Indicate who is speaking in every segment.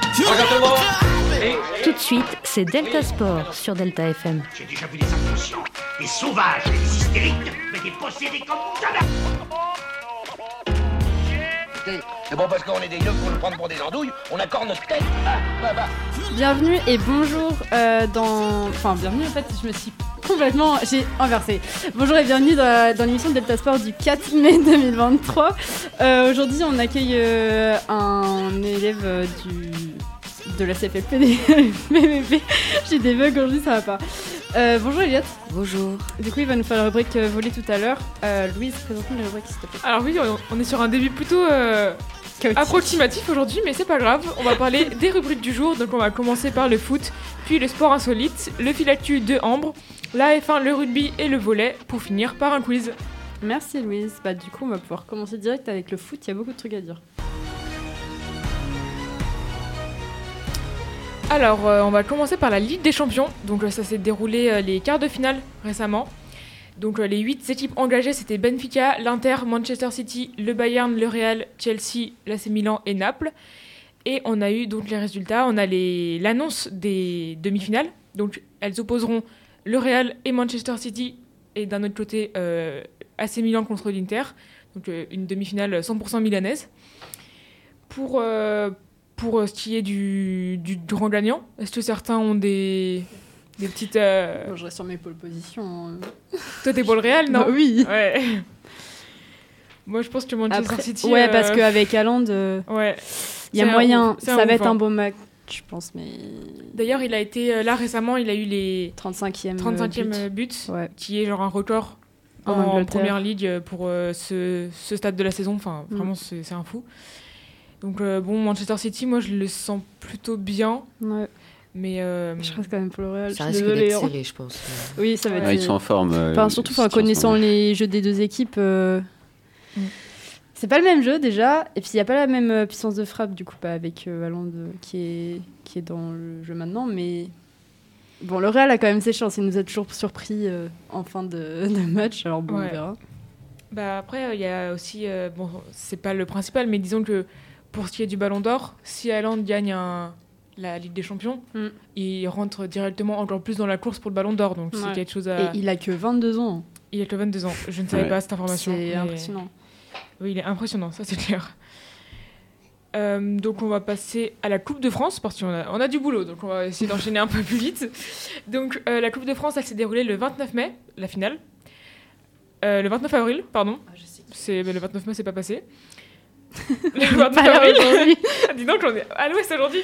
Speaker 1: En attendant,
Speaker 2: Tout de suite, c'est Delta Sport sur Delta FM.
Speaker 3: J'ai déjà vu des inconscients, des sauvages, et des hystériques, mais des possédés comme jamais.
Speaker 4: C'est Eh bon parce qu'on est des gueux pour nous prendre pour des andouilles, on accorde notre tête.
Speaker 5: Bienvenue et bonjour euh, dans. Enfin, bienvenue en fait, je me suis complètement. J'ai inversé. Bonjour et bienvenue dans, dans l'émission Delta Sport du 4 mai 2023. Euh, Aujourd'hui, on accueille euh, un élève euh, du. de la CFLPD. PVP. J'ai des bugs aujourd'hui, ça va pas. Euh, bonjour Elliot.
Speaker 6: Bonjour.
Speaker 5: Du coup, il va nous faire la rubrique euh, volée tout à l'heure. Euh, Louise, présente-nous la rubrique s'il te plaît.
Speaker 7: Alors oui, on- on est sur un début plutôt euh,
Speaker 5: Ah,
Speaker 7: approximatif aujourd'hui, mais c'est pas grave. On va parler des rubriques du jour. Donc on va commencer par le foot, puis le sport insolite, le filactu de Ambre, la F1, le rugby et le volet, pour finir par un quiz.
Speaker 5: Merci Louise. Bah, du coup, on va pouvoir commencer direct avec le foot. Il y a beaucoup de trucs à dire.
Speaker 7: Alors euh, on va commencer par la Ligue des Champions. Donc euh, ça s'est déroulé euh, les quarts de finale récemment. Donc euh, les huit équipes engagées, c'était Benfica, l'Inter, Manchester City, le Bayern, le Real, Chelsea, l'AC Milan et Naples. Et on a eu donc les résultats, on a les- l'annonce des demi-finales. Donc elles opposeront le Real et Manchester City et d'un autre côté euh, AC Milan contre l'Inter. Donc euh, une demi-finale 100% milanaise. Pour, euh, pour euh, ce qui est du, du grand gagnant, est-ce que certains ont des, des petites... euh,
Speaker 5: Bon, je reste sur mes pôles positions. hein.
Speaker 7: Toi t'es pour le Real, non
Speaker 5: Bah oui.
Speaker 7: Ouais. Moi, je pense que Manchester
Speaker 5: Après-
Speaker 7: City.
Speaker 5: ouais,
Speaker 7: euh,
Speaker 5: parce qu'avec Haaland, euh,
Speaker 7: Ouais.
Speaker 5: il y a
Speaker 7: C'est un
Speaker 5: moyen.
Speaker 7: ouf, c'est
Speaker 5: Ça
Speaker 7: un
Speaker 5: va
Speaker 7: ouf,
Speaker 5: être
Speaker 7: hein.
Speaker 5: un beau match, je pense, mais
Speaker 7: D'ailleurs, il a été euh, là récemment, il a eu les
Speaker 5: 35e.
Speaker 7: 35e
Speaker 5: but.
Speaker 7: euh, buts,
Speaker 5: Ouais.
Speaker 7: qui est genre un record
Speaker 5: En
Speaker 7: en,
Speaker 5: Angleterre.
Speaker 7: première ligue euh, pour euh, ce, ce stade de la saison. Enfin,
Speaker 5: Mm.
Speaker 7: vraiment, c'est c'est un fou. Donc, euh, bon, Manchester City, moi, je le sens plutôt bien,
Speaker 5: Ouais,
Speaker 7: mais. euh,
Speaker 5: Je reste quand même pour le
Speaker 6: Ça
Speaker 5: Real. je suis
Speaker 6: risque
Speaker 5: désolée,
Speaker 6: d'être
Speaker 5: hein.
Speaker 6: serré, je pense. Euh,
Speaker 5: Oui, ça va être.
Speaker 1: Ah, ils sont en forme. euh,
Speaker 5: Enfin, surtout
Speaker 1: City en
Speaker 5: enfin,
Speaker 1: ce moment.
Speaker 5: connaissant les jeux des deux équipes. euh,
Speaker 7: Mm.
Speaker 5: C'est pas le même jeu déjà, et puis il n'y a pas la même euh, puissance de frappe du coup, pas avec euh, Haaland euh, qui, est, qui est dans le jeu maintenant, mais bon, le Real a quand même ses chances, il nous a toujours surpris euh, en fin de, de match, alors bon,
Speaker 7: Ouais.
Speaker 5: on verra.
Speaker 7: Bah après, euh, il y a aussi, euh, bon, c'est pas le principal, mais disons que pour ce qui est du Ballon d'Or, si Haaland gagne un- la Ligue des Champions,
Speaker 5: Mm.
Speaker 7: il rentre directement encore plus dans la course pour le Ballon d'Or, donc
Speaker 5: Ouais.
Speaker 7: c'est quelque chose
Speaker 5: Et
Speaker 7: à...
Speaker 5: il a que 22 ans, hein.
Speaker 7: Il a que 22 ans, je ne savais
Speaker 1: Ouais.
Speaker 7: pas cette information. mais-
Speaker 5: c'est impressionnant.
Speaker 7: Oui, il est impressionnant, ça c'est clair. Euh, donc on va passer à la Coupe de France parce qu'on a, on a du boulot, donc on va essayer d'enchaîner un peu plus vite. Donc euh, la Coupe de France, elle s'est déroulée le 29 mai, la finale. Euh, le 29 avril, pardon.
Speaker 5: Ah,
Speaker 7: C'est mais le 29 mai, c'est pas passé. le 29
Speaker 5: Pas là
Speaker 7: avril.
Speaker 5: aujourd'hui.
Speaker 7: Dis donc, on est à l'ouest aujourd'hui.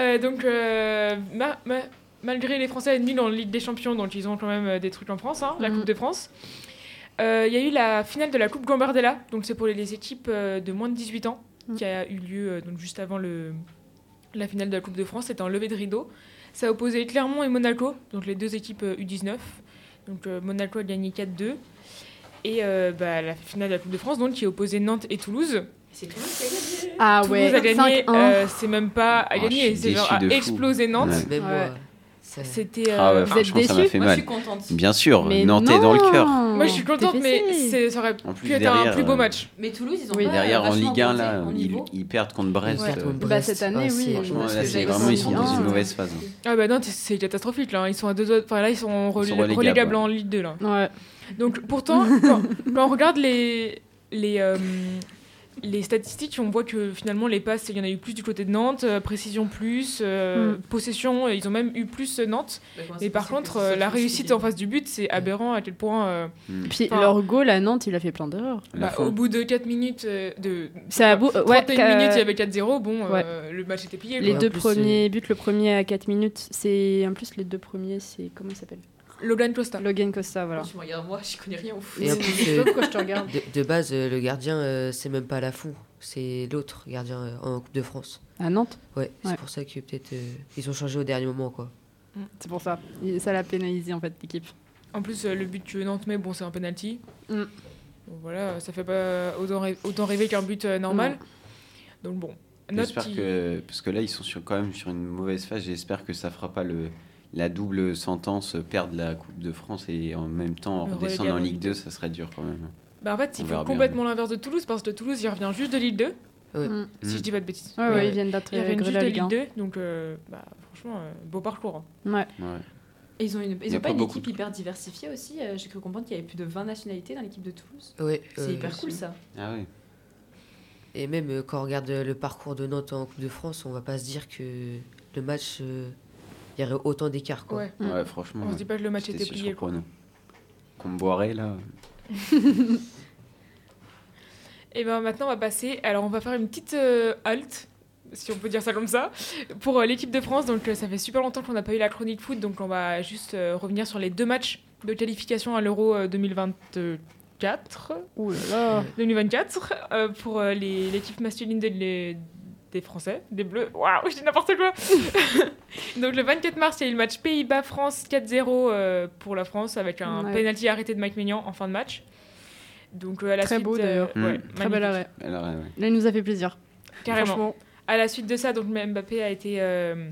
Speaker 7: Euh, donc euh, ma- ma- malgré les Français ennemis dans la Ligue des Champions, donc ils ont quand même euh, des trucs en France, hein, la
Speaker 5: Mhm.
Speaker 7: Coupe de France. Euh, Il y a eu la finale de la Coupe Gambardella, donc c'est pour les- les équipes euh, de moins de 18 ans,
Speaker 5: Mhm.
Speaker 7: qui a eu lieu euh, donc juste avant le, la finale de la Coupe de France. C'était un lever de rideau. Ça opposait Clermont et Monaco, donc les deux équipes euh, U19. Donc euh, Monaco a gagné 4-2. Et euh, bah, la finale de la Coupe de France, donc qui opposait Nantes et Toulouse.
Speaker 5: Ah
Speaker 7: Toulouse
Speaker 5: ouais,
Speaker 7: a gagné,
Speaker 5: 5-1.
Speaker 7: euh, c'est même pas à
Speaker 1: Oh, je
Speaker 7: gagner,
Speaker 1: suis
Speaker 7: c'est genre
Speaker 1: déçu
Speaker 7: à
Speaker 1: de fou.
Speaker 7: exploser Nantes.
Speaker 1: Ouais.
Speaker 6: Même moi,
Speaker 5: Ouais.
Speaker 6: ça-
Speaker 7: C'était. euh,
Speaker 1: Ah ouais,
Speaker 5: Vous êtes
Speaker 1: franchement, ça m'a
Speaker 5: déçus
Speaker 1: fait
Speaker 8: Moi, je
Speaker 1: mal.
Speaker 8: suis contente.
Speaker 1: Bien sûr,
Speaker 5: Mais
Speaker 1: Nantes est Oh, dans le cœur.
Speaker 5: non,
Speaker 7: Moi je suis contente, mais
Speaker 5: TFC.
Speaker 7: c'est- ça aurait
Speaker 1: En plus,
Speaker 7: pu être un
Speaker 1: derrière,
Speaker 7: plus beau
Speaker 1: euh,
Speaker 7: match.
Speaker 8: Mais Toulouse, ils ont
Speaker 5: Oui.
Speaker 8: pas
Speaker 1: Derrière, en
Speaker 8: vachement
Speaker 1: Ligue 1,
Speaker 8: augmenté
Speaker 1: là,
Speaker 8: en
Speaker 1: ils,
Speaker 8: niveau.
Speaker 1: ils perdent contre Brest.
Speaker 6: Ils perdent contre
Speaker 1: euh,
Speaker 6: Brest.
Speaker 5: Bah, cette année,
Speaker 6: Oh,
Speaker 5: oui,
Speaker 6: c'est-
Speaker 1: Franchement,
Speaker 8: Parce
Speaker 1: là,
Speaker 8: que
Speaker 1: c'est
Speaker 8: j'avais
Speaker 1: vraiment, ils sont
Speaker 8: senti
Speaker 1: dans
Speaker 5: hein.
Speaker 8: un-
Speaker 1: une mauvaise phase. hein.
Speaker 7: Ah bah Nantes, c'est catastrophique là. hein. Ils sont à deux autres. Enfin là, ils sont, relé-
Speaker 1: sont
Speaker 7: relégables,
Speaker 1: relégables, ouais.
Speaker 7: en Ligue 2 là.
Speaker 5: Ouais.
Speaker 7: Donc pourtant, quand, quand on regarde les, les, euh, les statistiques, on voit que finalement les passes, il y en a eu plus du côté de Nantes, euh, précision plus, euh, possession, euh, ils ont même eu plus euh, Nantes.
Speaker 8: Bah,
Speaker 7: Mais
Speaker 8: comment Hmm. c'est
Speaker 7: par
Speaker 8: possible
Speaker 7: contre,
Speaker 8: que
Speaker 7: euh,
Speaker 8: ça
Speaker 7: la
Speaker 8: soit
Speaker 7: réussite
Speaker 8: aussi
Speaker 7: en face du but, c'est aberrant à quel point, euh,
Speaker 5: Puis
Speaker 7: Enfin-
Speaker 5: leur goal à Nantes, il a fait plein d'erreurs.
Speaker 1: La
Speaker 7: bah,
Speaker 1: fin.
Speaker 7: au bout de 4 minutes, euh, de
Speaker 5: C'est à bout. euh, Ouais,
Speaker 7: 31
Speaker 5: qu'à-
Speaker 7: minutes, il y avait 4-0, bon, euh, le match était plié.
Speaker 5: Les
Speaker 7: quoi.
Speaker 5: deux
Speaker 6: En plus,
Speaker 5: premiers buts, le premier à 4 minutes, c'est. En plus, les deux premiers, c'est. Comment il s'appelle
Speaker 7: Logan Costa.
Speaker 5: Logan Costa, voilà.
Speaker 8: Tu me regardes moi, je connais rien au foot.
Speaker 6: Et en
Speaker 5: Mais
Speaker 6: plus,
Speaker 5: je sais
Speaker 6: euh,
Speaker 5: pas pourquoi je te regarde.
Speaker 6: de, de base, euh, le gardien, euh, c'est même pas la fou. C'est l'autre gardien euh, en Coupe de France.
Speaker 5: À Nantes
Speaker 6: Ouais,
Speaker 5: Ouais.
Speaker 6: c'est pour ça que peut-être euh, ils ont changé au dernier moment, quoi.
Speaker 5: C'est pour ça. Et Ça l'a pénalisé, en fait, l'équipe.
Speaker 7: En plus, euh, le but que Nantes met, bon, c'est un penalty.
Speaker 5: Mm.
Speaker 7: Donc voilà, ça fait pas autant, rê- autant rêver qu'un but euh, normal. Donc bon, Nantes,
Speaker 1: J'espère
Speaker 7: il-
Speaker 1: que. Parce que là, ils sont sur, quand même sur une mauvaise phase. J'espère que ça fera pas le, la double sentence euh, perdre la Coupe de France et en même temps
Speaker 7: Le
Speaker 1: redescendre en
Speaker 7: relégable.
Speaker 1: Ligue 2. Ça serait dur quand même.
Speaker 7: Bah, en fait,
Speaker 1: On
Speaker 7: ils
Speaker 1: verra
Speaker 7: font
Speaker 1: bien.
Speaker 7: complètement l'inverse de Toulouse parce que Toulouse, il revient juste de Ligue 2.
Speaker 6: Ouais.
Speaker 5: Mm.
Speaker 7: si je dis pas de bêtises.
Speaker 5: Ouais, ouais, ils viennent d'être
Speaker 7: Ils
Speaker 5: euh,
Speaker 7: reviennent juste de
Speaker 5: Grenoble,
Speaker 7: Ligue
Speaker 5: hein.
Speaker 7: 2, donc euh, bah, franchement, euh, beau parcours. hein.
Speaker 5: Ouais.
Speaker 1: Ouais.
Speaker 8: Et ils ont, une,
Speaker 1: Il
Speaker 8: ils
Speaker 1: y
Speaker 8: ont
Speaker 1: a
Speaker 8: pas,
Speaker 1: pas
Speaker 8: une
Speaker 1: beaucoup
Speaker 8: équipe
Speaker 1: de-
Speaker 8: hyper diversifiée aussi. euh, J'ai cru comprendre qu'il y avait plus de 20 nationalités dans l'équipe de Toulouse.
Speaker 6: Ouais,
Speaker 8: C'est
Speaker 6: euh,
Speaker 8: hyper cool ça.
Speaker 1: Ah oui.
Speaker 6: Et même euh, quand on regarde euh, le parcours de Nantes en Coupe de France, on va pas se dire que le match, euh, il y aurait autant d'écart. quoi.
Speaker 7: Ouais.
Speaker 5: Mm.
Speaker 1: Ouais, franchement.
Speaker 7: On se
Speaker 1: ouais.
Speaker 7: dit pas que le match
Speaker 1: C'était
Speaker 7: était plié. quoi.
Speaker 1: surprenant. Qu'on me boirait là.
Speaker 7: Et ben maintenant, on va passer. Alors, on va faire une petite euh, halte, si on peut dire ça comme ça, pour euh, l'équipe de France. Donc, euh, ça fait super longtemps qu'on n'a pas eu la chronique foot, donc on va juste euh, revenir sur les deux matchs de qualification à l'Euro euh, 2024.
Speaker 5: Ouh là là.
Speaker 7: 2024 euh, pour euh, les- l'équipe masculine de- les- des Français, des Bleus. Waouh, je dis n'importe quoi. Donc le 24 mars, il y a eu le match Pays-Bas-France 4-0 euh, pour la France avec un
Speaker 5: Ouais.
Speaker 7: penalty arrêté de Mike Maignan en fin de match. Donc euh, à la
Speaker 5: Très
Speaker 7: suite,
Speaker 5: beau,
Speaker 7: euh,
Speaker 5: d'ailleurs.
Speaker 7: ouais,
Speaker 5: Très
Speaker 1: Mm.
Speaker 5: bel
Speaker 7: magnifique.
Speaker 5: arrêt.
Speaker 1: Alors, ouais, ouais.
Speaker 5: Là, il nous a fait plaisir.
Speaker 7: Carrément.
Speaker 5: Franchement.
Speaker 7: À la suite de ça, donc Mbappé a été, euh,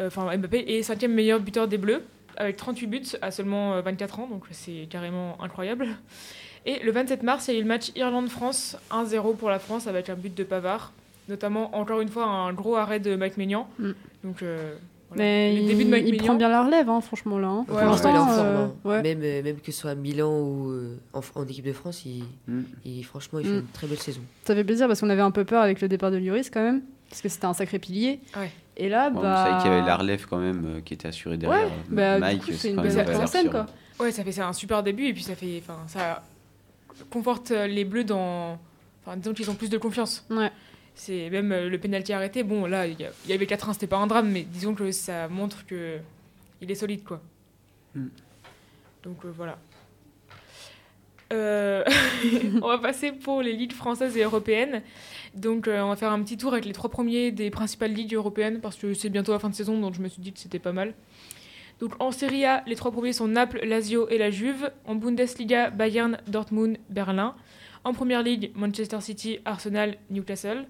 Speaker 7: euh, enfin Mbappé est cinquième meilleur buteur des Bleus avec 38 buts à seulement euh, 24 ans, donc c'est carrément incroyable. Et le 27 mars, il y a eu le match Irlande-France 1-0 pour la France avec un but de Pavard, notamment encore une fois un gros arrêt de Mike Maignan.
Speaker 5: Mm.
Speaker 7: Donc euh, voilà.
Speaker 5: Mais
Speaker 7: le
Speaker 5: il,
Speaker 7: début de Mike
Speaker 5: il
Speaker 7: Maignan.
Speaker 5: prend bien la relève, hein, franchement, là. hein.
Speaker 6: Ouais,
Speaker 1: Ouais,
Speaker 6: franchement,
Speaker 1: ouais.
Speaker 6: il est en
Speaker 5: Franchement,
Speaker 6: forme,
Speaker 5: euh,
Speaker 6: hein.
Speaker 5: ouais.
Speaker 6: Même, euh, même que ce soit à Milan ou euh, en, F- en équipe de France, il,
Speaker 1: Mm.
Speaker 6: il- franchement, il fait
Speaker 5: Mm.
Speaker 6: une très belle saison.
Speaker 5: Ça fait plaisir parce qu'on avait un peu peur avec le départ de Lloris quand même, parce que c'était un sacré pilier.
Speaker 7: Ouais.
Speaker 5: Et là,
Speaker 1: Bon,
Speaker 5: bah.
Speaker 1: On savait qu'il y avait la relève quand même euh, qui était assurée derrière.
Speaker 5: bah, du
Speaker 1: Mike,
Speaker 5: coup, c'est une
Speaker 1: quand
Speaker 5: belle
Speaker 1: même valeur
Speaker 5: mise en scène,
Speaker 1: sûre.
Speaker 5: quoi.
Speaker 7: Ouais, ça fait ça un super début et puis ça fait, enfin ça conforte euh, les Bleus dans, enfin disons qu'ils ont plus de confiance.
Speaker 5: Ouais.
Speaker 7: C'est même euh, le pénalty arrêté. Bon, là, il y, a- il y avait 4-1, c'était pas un drame, mais disons que ça montre que il est solide, quoi.
Speaker 1: Mm.
Speaker 7: Donc euh, voilà. Euh, on va passer pour les ligues françaises et européennes. Donc euh, on va faire un petit tour avec les trois premiers des principales ligues européennes parce que c'est bientôt la fin de saison, donc je me suis dit que c'était pas mal. Donc en Serie A, les trois premiers sont Naples, Lazio et la Juve. En Bundesliga, Bayern, Dortmund, Berlin. En Première Ligue, Manchester City, Arsenal, Newcastle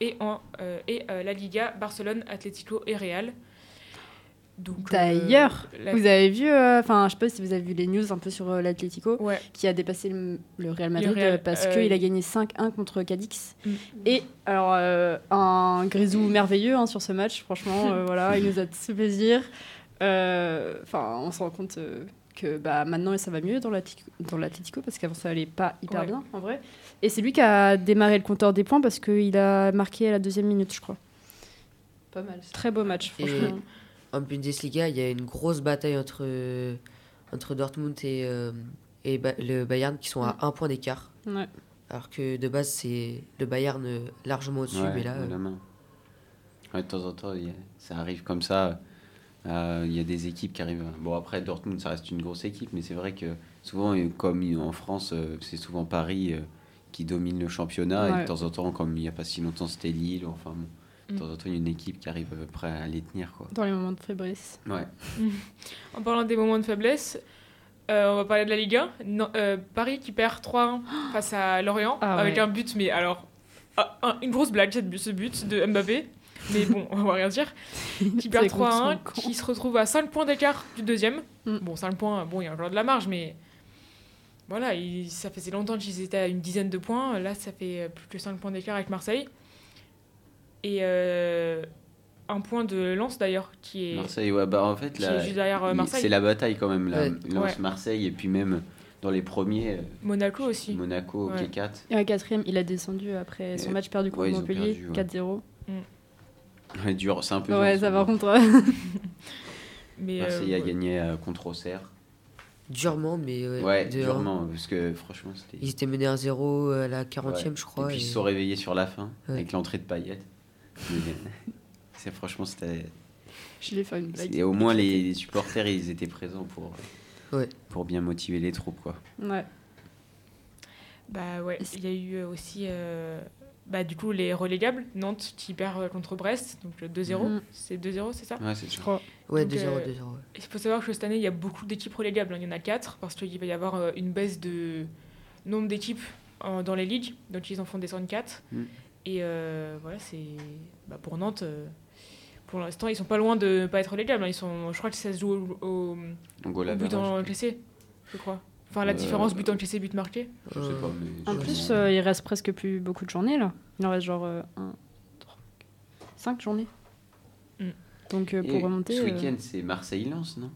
Speaker 7: et en euh, et euh, la Liga Barcelone, Atlético et Real. Donc, euh,
Speaker 5: D'ailleurs,
Speaker 7: la-
Speaker 5: Vous avez vu, euh, enfin, je sais pas si vous avez vu les news un peu sur euh, l'Atlético,
Speaker 7: Ouais,
Speaker 5: qui a dépassé le, le Real Madrid
Speaker 7: Real,
Speaker 5: euh, parce
Speaker 7: euh,
Speaker 5: qu'il a gagné 5-1 contre Cadix.
Speaker 7: Mm.
Speaker 5: Et alors, euh, un grisou merveilleux hein, sur ce match, franchement, euh, voilà, il nous a fait plaisir. Euh, Enfin, on se rend compte euh, que bah, maintenant ça va mieux dans l'Atlético dans l'Atlético, parce qu'avant ça allait pas hyper
Speaker 7: Ouais.
Speaker 5: bien en vrai. Et c'est lui qui a démarré le compteur des points parce qu'il a marqué à la deuxième minute, je crois.
Speaker 8: Pas mal.
Speaker 1: Ah
Speaker 5: Très beau match,
Speaker 6: Et-
Speaker 5: franchement.
Speaker 6: En Bundesliga, il y a une grosse bataille entre, euh, entre Dortmund et, euh, et Ba- le Bayern qui
Speaker 1: Mm.
Speaker 6: sont à un point d'écart.
Speaker 5: Ouais.
Speaker 6: Alors que de base, c'est le Bayern euh, largement au-dessus,
Speaker 1: Ouais,
Speaker 6: mais là, euh,
Speaker 1: haut la main. Ouais, de temps en temps, il y a- ça arrive comme ça. Euh, Il y a des équipes qui arrivent. Bon, après, Dortmund, ça reste une grosse équipe, mais c'est vrai que souvent, et comme il- en France, euh, c'est souvent Paris euh, qui domine le championnat. Et
Speaker 5: Ouais.
Speaker 1: de temps en temps, comme il n'y a pas si longtemps, c'était Lille. Enfin, bon, de
Speaker 7: Mm.
Speaker 1: temps en temps, il y a une équipe qui arrive à peu près à les tenir. Quoi.
Speaker 5: Dans les moments de faiblesse.
Speaker 1: Ouais.
Speaker 7: En parlant des moments de faiblesse, euh, on va parler de la Ligue 1. Non, euh, Paris qui perd 3-1 face à Lorient
Speaker 5: Ah
Speaker 7: avec
Speaker 5: ouais.
Speaker 7: un but, mais alors ah, un- une grosse blague cette bu- ce but de Mbappé. Mais bon, on va rien dire. Qui perd
Speaker 5: C'est contre son
Speaker 7: 3-1,
Speaker 5: camp.
Speaker 7: qui se retrouve à 5 points d'écart du deuxième.
Speaker 5: Mm.
Speaker 7: Bon, 5 points, bon, il y a encore de la marge, mais voilà, il- ça faisait longtemps qu'ils étaient à une dizaine de points. Là, ça fait euh, plus que 5 points d'écart avec Marseille. Et euh, un point de lance d'ailleurs, qui est,
Speaker 1: Marseille, ouais, bah en fait,
Speaker 7: qui
Speaker 1: là,
Speaker 7: est juste derrière euh,
Speaker 1: il-
Speaker 7: Marseille.
Speaker 1: c'est la bataille quand même. Là.
Speaker 6: Ouais.
Speaker 1: Lens,
Speaker 7: Ouais.
Speaker 1: Marseille, et puis même dans les premiers, euh,
Speaker 7: Monaco aussi.
Speaker 1: Monaco,
Speaker 7: Ouais.
Speaker 1: K4.
Speaker 5: Et un quatrième, il a descendu après son
Speaker 1: Et-
Speaker 5: match perdu contre
Speaker 1: ouais, ils ont
Speaker 5: Montpellier,
Speaker 1: perdu, ouais.
Speaker 5: 4-0.
Speaker 1: Ouais, dur, c'est un peu
Speaker 5: Ouais,
Speaker 1: dur,
Speaker 5: ça
Speaker 1: ce
Speaker 5: va
Speaker 1: moment.
Speaker 5: contre. euh,
Speaker 7: Mais euh,
Speaker 1: Marseille a
Speaker 7: ouais.
Speaker 1: gagné euh, contre Auxerre.
Speaker 6: durement, mais ouais,
Speaker 1: Ouais,
Speaker 6: de un.
Speaker 1: durement, parce que franchement, c'était.
Speaker 6: Ils étaient menés à 0 à la 40e, je
Speaker 1: Et
Speaker 6: crois.
Speaker 1: puis ils
Speaker 6: et-
Speaker 1: se sont réveillés sur la fin,
Speaker 6: Ouais.
Speaker 1: avec l'entrée de Payet. Mais, c'est franchement, c'était.
Speaker 5: Je l'ai fait une blague.
Speaker 1: Et au moins, les, les supporters, ils étaient présents pour, euh,
Speaker 6: Ouais.
Speaker 1: pour bien motiver les troupes, quoi.
Speaker 5: Ouais.
Speaker 7: Bah ouais,
Speaker 5: Est-ce-
Speaker 7: il y a eu euh, aussi euh, bah, du coup les relégables, Nantes qui perd euh, contre Brest, donc le 2-0,
Speaker 5: Mhm.
Speaker 7: c'est 2-0 c'est ça
Speaker 1: Ouais, c'est ça.
Speaker 6: Ouais,
Speaker 7: Donc,
Speaker 6: 2-0,
Speaker 7: euh,
Speaker 6: 2-0. ouais.
Speaker 7: Il faut savoir que cette année il y a beaucoup d'équipes relégables, hein, il y en a 4 parce qu'il va y avoir euh, une baisse de nombre d'équipes en- dans les ligues, donc ils en font descendre 4.
Speaker 1: Mhm.
Speaker 7: Et euh, voilà, c'est bah, pour Nantes. euh, pour l'instant, ils sont pas loin de ne pas être relégables. hein, Ils sont, je crois que ça se joue au, au-
Speaker 1: Donc,
Speaker 7: au
Speaker 1: au
Speaker 7: but encaissé, je crois. Enfin, la
Speaker 1: Euh,
Speaker 7: différence but encaissé, but marqué.
Speaker 1: Je sais pas, mais.
Speaker 5: euh, En plus, euh, il reste presque plus beaucoup de journées là. Il en reste genre 1, 3, 5 journées.
Speaker 7: Mm.
Speaker 5: Donc euh, pour
Speaker 1: Et
Speaker 5: remonter.
Speaker 1: Ce
Speaker 5: euh,
Speaker 1: week-end, c'est Marseille-Lens, non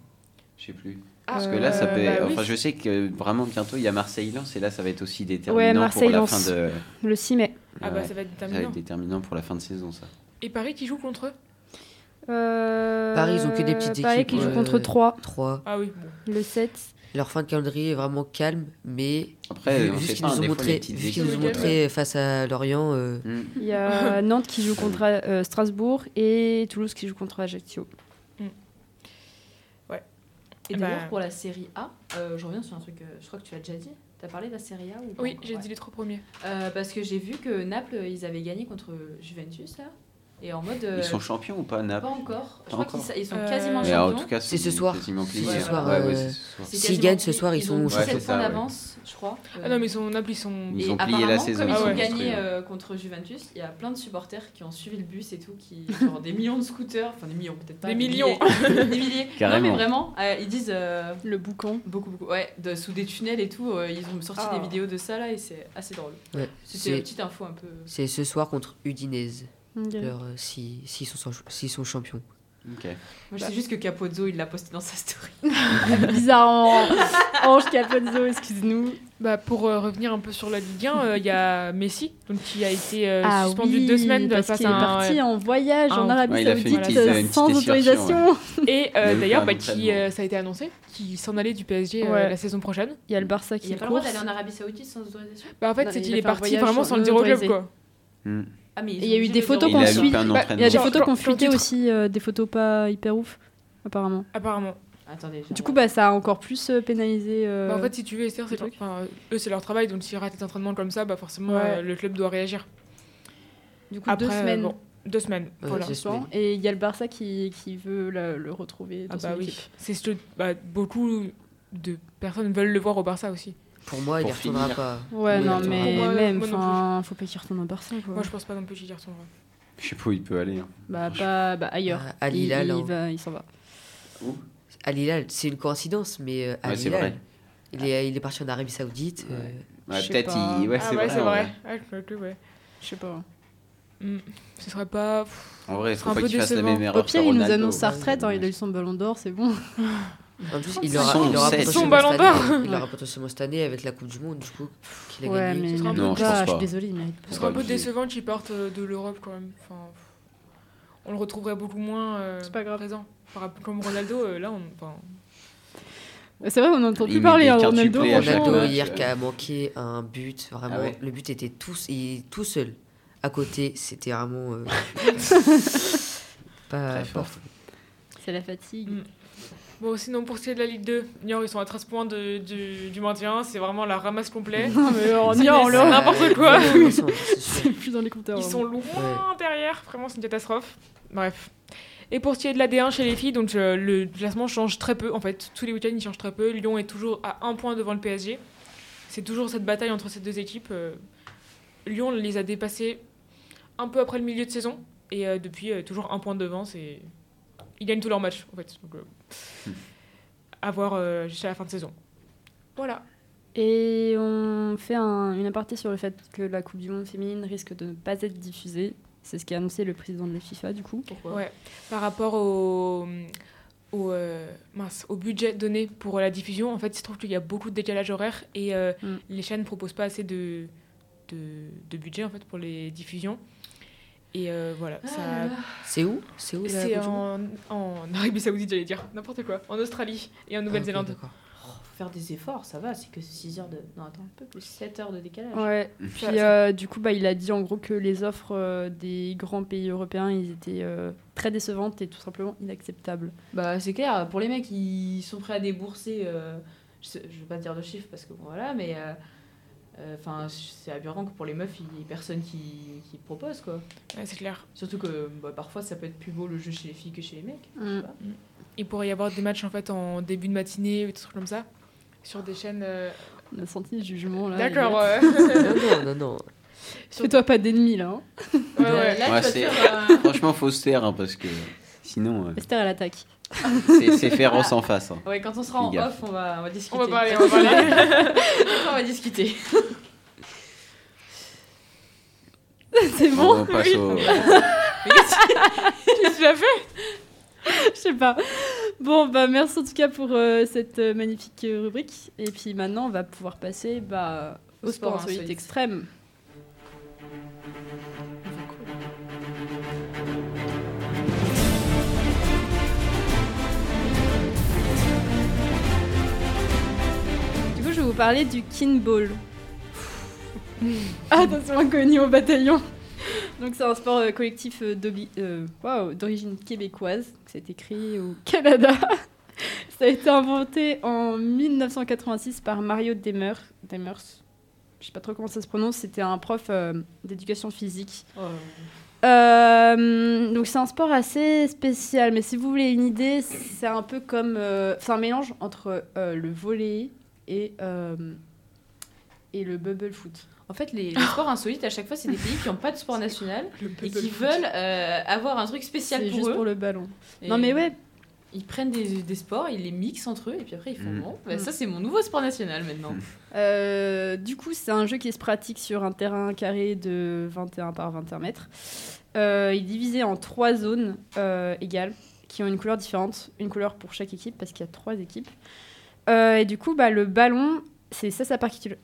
Speaker 1: Je sais plus. Parce
Speaker 7: Ah,
Speaker 1: que là, ça
Speaker 7: euh,
Speaker 1: peut.
Speaker 7: bah oui.
Speaker 1: enfin, je sais que vraiment bientôt, il y a Marseille-Lens et là, ça va être aussi
Speaker 5: Ouais,
Speaker 1: déterminant pour la
Speaker 5: Marseille-Lens.
Speaker 1: fin de.
Speaker 5: Le 6 mai.
Speaker 7: Ah
Speaker 1: Ouais,
Speaker 7: bah ça va être
Speaker 1: ça va
Speaker 7: déterminant.
Speaker 1: être déterminant pour la fin de saison, ça.
Speaker 7: Et Paris qui joue contre eux
Speaker 5: Euh,
Speaker 6: Paris, ils ont que des petites
Speaker 5: Paris
Speaker 6: équipes,
Speaker 5: qui joue
Speaker 6: ouais.
Speaker 5: contre 3
Speaker 6: 3.
Speaker 7: Ah oui, bon.
Speaker 5: le 7.
Speaker 6: Leur fin de calendrier est vraiment calme, mais
Speaker 1: Après,
Speaker 6: vu,
Speaker 1: on
Speaker 6: vu ce
Speaker 1: sait
Speaker 6: qu'ils
Speaker 1: pas, hein,
Speaker 6: nous
Speaker 1: des
Speaker 6: ont
Speaker 1: fois, les
Speaker 6: montré,
Speaker 1: petites
Speaker 6: vu ce qu'ils nous ont
Speaker 1: équipes,
Speaker 6: montré face à Lorient, euh,
Speaker 1: euh, hmm.
Speaker 5: Il y a Nantes qui joue contre euh, Strasbourg et Toulouse qui joue contre Ajaccio.
Speaker 8: Et
Speaker 7: Bah-
Speaker 8: d'ailleurs, pour la série A, euh, je reviens sur un truc, euh, je crois que tu l'as déjà dit. T'as parlé de la série A ou pas
Speaker 7: Oui,
Speaker 8: encore
Speaker 7: j'ai
Speaker 8: Ouais.
Speaker 7: dit les trois premiers.
Speaker 8: Euh, parce que j'ai vu que Naples, ils avaient gagné contre Juventus, là. Et en mode. euh,
Speaker 1: Ils sont champions ou pas,
Speaker 8: Pas
Speaker 1: Naples
Speaker 8: encore.
Speaker 1: Pas
Speaker 8: je crois
Speaker 1: encore.
Speaker 8: qu'ils sa- ils sont
Speaker 7: Euh,
Speaker 8: quasiment
Speaker 1: Mais alors, en
Speaker 8: champions.
Speaker 1: tout cas,
Speaker 6: C'est ce soir.
Speaker 1: quasiment
Speaker 6: C'est
Speaker 1: plié.
Speaker 8: ce
Speaker 6: soir,
Speaker 1: Ouais, ouais,
Speaker 6: euh,
Speaker 1: c'est ce soir.
Speaker 8: C'est
Speaker 6: S'ils
Speaker 8: quasiment
Speaker 6: gagnent ce
Speaker 8: plié.
Speaker 6: soir, ils sont
Speaker 1: champions.
Speaker 8: ont 17
Speaker 1: Ouais, c'est
Speaker 8: points
Speaker 1: ça, ouais.
Speaker 8: d'avance, je crois.
Speaker 5: Euh,
Speaker 8: Euh,
Speaker 7: Ah non, mais son Naples, ils sont.
Speaker 1: Ils
Speaker 8: et
Speaker 1: ont plié la
Speaker 8: apparemment,
Speaker 1: saison,
Speaker 8: Comme
Speaker 7: ils
Speaker 8: ils
Speaker 7: sont
Speaker 8: ont gagné
Speaker 1: construits, hein.
Speaker 8: euh, contre Juventus, il y a plein de supporters qui ont suivi le bus et tout, qui genre des millions de scooters, enfin des millions peut-être
Speaker 5: Bah,
Speaker 7: Des
Speaker 8: pas,
Speaker 7: millions.
Speaker 8: milliers, des milliers. Non mais
Speaker 1: Carrément.
Speaker 8: vraiment, euh, ils disent euh,
Speaker 5: Le boucan.
Speaker 8: beaucoup beaucoup, ouais, de- sous des tunnels et tout, euh, ils ont sorti
Speaker 5: Ah.
Speaker 8: des vidéos de ça là et c'est assez drôle.
Speaker 6: ouais,
Speaker 8: C'était
Speaker 6: c'est
Speaker 8: une petite info un peu.
Speaker 6: c'est ce soir contre Udinese, leur, euh, si- s'ils sont, sans- s'ils sont champions.
Speaker 1: Ok.
Speaker 8: Moi je sais juste que Capozzo il l'a posté dans sa story.
Speaker 5: Bizarre en Ange Capozzo, excuse-nous.
Speaker 7: Bah, pour euh, revenir un peu sur la Ligue 1, euh, il y a Messi donc, qui a été euh,
Speaker 5: Ah
Speaker 7: suspendu
Speaker 5: oui,
Speaker 7: deux semaines
Speaker 5: parce
Speaker 7: face
Speaker 5: qu'il est
Speaker 7: à un-
Speaker 5: parti hein. en voyage en
Speaker 7: un-
Speaker 5: Arabie
Speaker 1: Ouais, il a fait
Speaker 5: Saoudite
Speaker 1: une petite-
Speaker 5: euh,
Speaker 1: une petite
Speaker 5: sans
Speaker 1: excursion,
Speaker 5: autorisation.
Speaker 7: Et
Speaker 1: Il y a
Speaker 7: euh,
Speaker 1: eu
Speaker 7: d'ailleurs,
Speaker 1: plein
Speaker 7: bah,
Speaker 1: d'entraînements.
Speaker 7: qui, euh, ça a été annoncé qu'il s'en allait du PSG euh,
Speaker 5: Ouais.
Speaker 7: la saison prochaine.
Speaker 5: Il y a le Barça
Speaker 8: Il
Speaker 5: qui
Speaker 8: n'y a pas le droit
Speaker 5: course.
Speaker 8: d'aller en Arabie Saoudite sans autorisation.
Speaker 7: Bah, en fait,
Speaker 5: Non,
Speaker 7: c'est
Speaker 5: il
Speaker 7: qu'il
Speaker 5: a
Speaker 7: est
Speaker 5: fait un
Speaker 7: parti
Speaker 5: voyage
Speaker 7: vraiment sans le dire au club,
Speaker 5: autorisé.
Speaker 7: quoi.
Speaker 1: Hmm.
Speaker 8: Ah mais ils
Speaker 5: Et il y a
Speaker 8: ont
Speaker 5: eu
Speaker 8: obligé
Speaker 5: des
Speaker 8: de
Speaker 5: photos
Speaker 8: le
Speaker 1: Il
Speaker 5: qu'on
Speaker 1: a
Speaker 8: dire.
Speaker 5: suit.
Speaker 1: eu plein
Speaker 7: Bah,
Speaker 5: Il y a des
Speaker 7: Genre,
Speaker 1: d'entraînements.
Speaker 5: photos qu'on
Speaker 7: quand- quand
Speaker 5: fuitait
Speaker 7: il-
Speaker 5: aussi, euh, des photos pas hyper ouf, apparemment.
Speaker 7: Apparemment.
Speaker 8: Attendez. je
Speaker 5: Du coup,
Speaker 8: regarde.
Speaker 5: bah, ça a encore plus euh, pénalisé. euh,
Speaker 7: Bah, en fait, si tu veux, Esther, c'est
Speaker 5: le
Speaker 7: leur...
Speaker 5: truc.
Speaker 7: enfin, eux, c'est leur travail, donc s'ils ratent les entraînements comme ça, bah, forcément,
Speaker 5: Ouais.
Speaker 7: euh, le club doit réagir.
Speaker 5: du coup,
Speaker 7: Après,
Speaker 5: deux
Speaker 7: euh,
Speaker 5: semaines.
Speaker 7: bon, deux semaines.
Speaker 6: Ouais,
Speaker 7: voilà.
Speaker 6: deux
Speaker 5: ce soir.
Speaker 6: semaines.
Speaker 5: euh, Et il y a le Barça qui, qui veut le, le retrouver dans
Speaker 7: Ah,
Speaker 5: son
Speaker 7: bah oui.
Speaker 5: équipe.
Speaker 7: C'est ce- bah, beaucoup de personnes veulent le voir au Barça aussi.
Speaker 6: Pour moi, il
Speaker 1: Pour
Speaker 6: ne retournera
Speaker 1: finir.
Speaker 6: pas.
Speaker 5: Ouais,
Speaker 6: Il y
Speaker 5: non,
Speaker 6: retournera
Speaker 5: mais
Speaker 7: Pour moi,
Speaker 5: même,
Speaker 7: moi non plus.
Speaker 5: enfin, faut pas qu'il retourne au Barça, quoi.
Speaker 7: Moi, je pense pas non plus qu'il y retournera.
Speaker 1: Je sais pas où il peut aller. hein.
Speaker 5: Bah, pas bah, ailleurs.
Speaker 6: Ah, à Lille,
Speaker 5: il, il
Speaker 6: alors.
Speaker 5: va- il s'en va.
Speaker 6: Al Hilal, c'est une coïncidence, mais euh, Al
Speaker 1: Ouais, c'est
Speaker 6: Hilal,
Speaker 1: vrai.
Speaker 6: il, est, il est parti en Arabie Saoudite. euh,
Speaker 1: Ouais.
Speaker 5: Je
Speaker 1: Ouais,
Speaker 5: sais
Speaker 1: Peut-être
Speaker 5: pas.
Speaker 1: il. Ouais,
Speaker 7: ah,
Speaker 1: c'est
Speaker 7: ouais,
Speaker 1: vrai.
Speaker 7: c'est
Speaker 1: en
Speaker 7: vrai.
Speaker 1: vrai.
Speaker 7: Ouais, je crois que, ouais.
Speaker 5: Je sais pas.
Speaker 7: Ce serait pas. pff,
Speaker 1: En vrai, il
Speaker 7: C'est un
Speaker 1: faut pas
Speaker 7: peu
Speaker 1: qu'il fasse la
Speaker 7: décevant.
Speaker 1: même
Speaker 5: Au
Speaker 1: erreur.
Speaker 5: pire,
Speaker 1: que
Speaker 5: il nous
Speaker 1: Ronaldo.
Speaker 5: annonce sa retraite, hein, il a
Speaker 1: Ouais.
Speaker 5: eu son ballon d'or, c'est bon.
Speaker 6: En plus, il aura,
Speaker 1: Son
Speaker 6: il aura
Speaker 1: sept.
Speaker 6: potentiellement
Speaker 7: Son ballon
Speaker 6: cette
Speaker 7: d'or.
Speaker 6: année- Il aura potentiellement cette année avec la Coupe du Monde, du coup, qu'il a
Speaker 5: Ouais,
Speaker 6: gagné.
Speaker 5: mais
Speaker 7: ce
Speaker 5: il
Speaker 7: sera un
Speaker 5: mérite
Speaker 7: peu- Non,
Speaker 1: je
Speaker 5: pas,
Speaker 1: pense
Speaker 5: je suis
Speaker 1: pas.
Speaker 5: désolée, il mérite pas.
Speaker 7: Ce serait un peu
Speaker 1: Obligé.
Speaker 7: décevant qu'ils partent euh, de l'Europe quand même. Enfin, pff, on le retrouverait beaucoup moins euh,
Speaker 5: C'est pas grave.
Speaker 7: présent. Par rapport- Comme Ronaldo, euh, là, on. enfin,
Speaker 5: C'est vrai, on n'entend
Speaker 1: Il
Speaker 5: plus
Speaker 1: met
Speaker 5: parler,
Speaker 1: des
Speaker 5: hein, Ronaldo.
Speaker 1: quintuplés à chaque
Speaker 5: franchement,
Speaker 6: Ronaldo
Speaker 1: match. euh,
Speaker 5: ouais.
Speaker 6: hier qui a manqué un but, vraiment,
Speaker 1: Ah ouais.
Speaker 6: le but était tout, il, tout seul. À côté, c'était vraiment euh, pas,
Speaker 1: Très
Speaker 6: pas
Speaker 1: fort.
Speaker 6: fou.
Speaker 5: C'est la fatigue.
Speaker 7: Mm. Bon, sinon, pour ce qui est de la Ligue 2, Niort, ils sont à 13 points de- du, du maintien. C'est vraiment la ramasse complète.
Speaker 5: Non, mais on y
Speaker 7: Ils
Speaker 5: on
Speaker 7: laissent
Speaker 5: le
Speaker 7: n'importe quoi.
Speaker 6: Ouais, ouais, c'est sûr.
Speaker 5: C'est plus dans les compteurs.
Speaker 7: Ils
Speaker 5: vraiment.
Speaker 7: sont loin derrière. Vraiment, c'est une catastrophe. Bref. Et pour ce qui est de la D1 chez les filles, donc euh, le classement change très peu. En fait, tous les week-ends, il change très peu. Lyon est toujours à un point devant le PSG. C'est toujours cette bataille entre ces deux équipes. euh, Lyon les a dépassés un peu après le milieu de saison. Et euh, depuis, euh, toujours un point devant. C'est... Ils gagnent tous leurs matchs, en fait. Donc, euh, à voir euh, jusqu'à la fin de saison. Voilà.
Speaker 5: Et on fait un- une aparté sur le fait que la Coupe du Monde féminine risque de ne pas être diffusée. C'est ce qu'a annoncé le président de la FIFA, du coup.
Speaker 8: Pourquoi
Speaker 7: Ouais. Par rapport au, au, euh, mince, au budget donné pour la diffusion, en fait, il se trouve qu'il y a beaucoup de décalage horaire et euh,
Speaker 5: Mm.
Speaker 7: les chaînes ne proposent pas assez de, de, de budget en fait, pour les diffusions. Et euh, voilà, ça-
Speaker 6: C'est où C'est où la
Speaker 7: c'est
Speaker 6: Coupe du Monde
Speaker 7: en, en Arabie Saoudite, j'allais dire, n'importe quoi, en Australie et en
Speaker 6: Ah, ok,
Speaker 7: Nouvelle-Zélande.
Speaker 6: d'accord.
Speaker 8: Faut faire des efforts, ça va, c'est que 6 heures de. Non, attends, un peu plus, 7 heures de décalage.
Speaker 5: Ouais.
Speaker 1: Mmh.
Speaker 7: Ça-
Speaker 5: Puis euh, du coup, bah, il a dit en gros que les offres euh, des grands pays européens, ils étaient euh, très décevantes et tout simplement inacceptables.
Speaker 8: Bah, c'est clair, pour les mecs, ils sont prêts à débourser. euh, je, sais- je veux pas dire de chiffres parce que bon, voilà, mais. euh, euh, Enfin, c'est aberrant que pour les meufs, il y ait personne qui, qui propose quoi.
Speaker 7: Ah, Ouais, c'est clair.
Speaker 8: Surtout que bah, parfois ça peut être plus beau le jeu chez les filles que chez les mecs.
Speaker 7: Il pourrait y avoir des matchs en, fait, en début de matinée ou des trucs comme ça sur des chaînes. euh,
Speaker 5: On a senti le jugement là.
Speaker 7: D'accord,
Speaker 5: les gars.
Speaker 7: ouais.
Speaker 6: non, non, non, non.
Speaker 5: Fais-toi pas d'ennemis là. hein.
Speaker 7: Ouais, ouais.
Speaker 1: Ouais,
Speaker 8: Là, tu vas te
Speaker 1: c'est-
Speaker 8: faire, euh,
Speaker 1: Franchement, faut se taire hein, parce que sinon, euh,
Speaker 5: Esther, elle attaque.
Speaker 1: c'est c'est féroce en face. hein.
Speaker 8: Ouais, quand on sera
Speaker 1: Fais
Speaker 8: en
Speaker 1: gaffe.
Speaker 8: off, on va, on va discuter.
Speaker 7: On va parler, on va parler.
Speaker 8: on va discuter.
Speaker 5: C'est bon
Speaker 1: on passe au.
Speaker 7: Qu'est-ce que tu as fait
Speaker 5: Je sais pas. Bon, bah merci en tout cas pour euh, cette euh, magnifique euh, rubrique. Et puis maintenant, on va pouvoir passer bah, au
Speaker 8: Au
Speaker 5: sport
Speaker 8: sport
Speaker 5: insolite
Speaker 8: insolite.
Speaker 5: extrême. Du coup, je vais vous parler du kinball. Ah, Attention, inconnu au bataillon. Donc c'est un sport euh, collectif euh, d'obli- euh, waouh, d'origine québécoise. C'est écrit au Canada. Ça a été inventé en 1986 par Mario Demers. Demers. Je sais pas trop comment ça se prononce. C'était un prof euh, d'éducation physique.
Speaker 8: Oh.
Speaker 5: Euh, donc c'est un sport assez spécial. Mais si vous voulez une idée, c'est un peu comme, euh, c'est un mélange entre euh, le volley et euh, et le bubble foot.
Speaker 8: En fait, les, les sports insolites, à chaque fois, c'est des pays qui n'ont pas de sport national et qui veulent euh, avoir un truc spécial
Speaker 5: C'est
Speaker 8: pour
Speaker 5: juste
Speaker 8: eux.
Speaker 5: pour le ballon.
Speaker 8: Et
Speaker 5: Non mais ouais.
Speaker 8: Ils prennent des, des sports, ils les mixent entre eux et puis après ils font
Speaker 1: Mm.
Speaker 8: bon. bah,
Speaker 5: Mm.
Speaker 8: Ça, c'est mon nouveau sport national maintenant.
Speaker 5: Euh, du coup, c'est un jeu qui se pratique sur un terrain carré de 21 par 21 mètres. Euh, il est divisé en trois zones euh, égales qui ont une couleur différente, une couleur pour chaque équipe parce qu'il y a trois équipes. Euh, et du coup, bah, le ballon, c'est ça sa particu-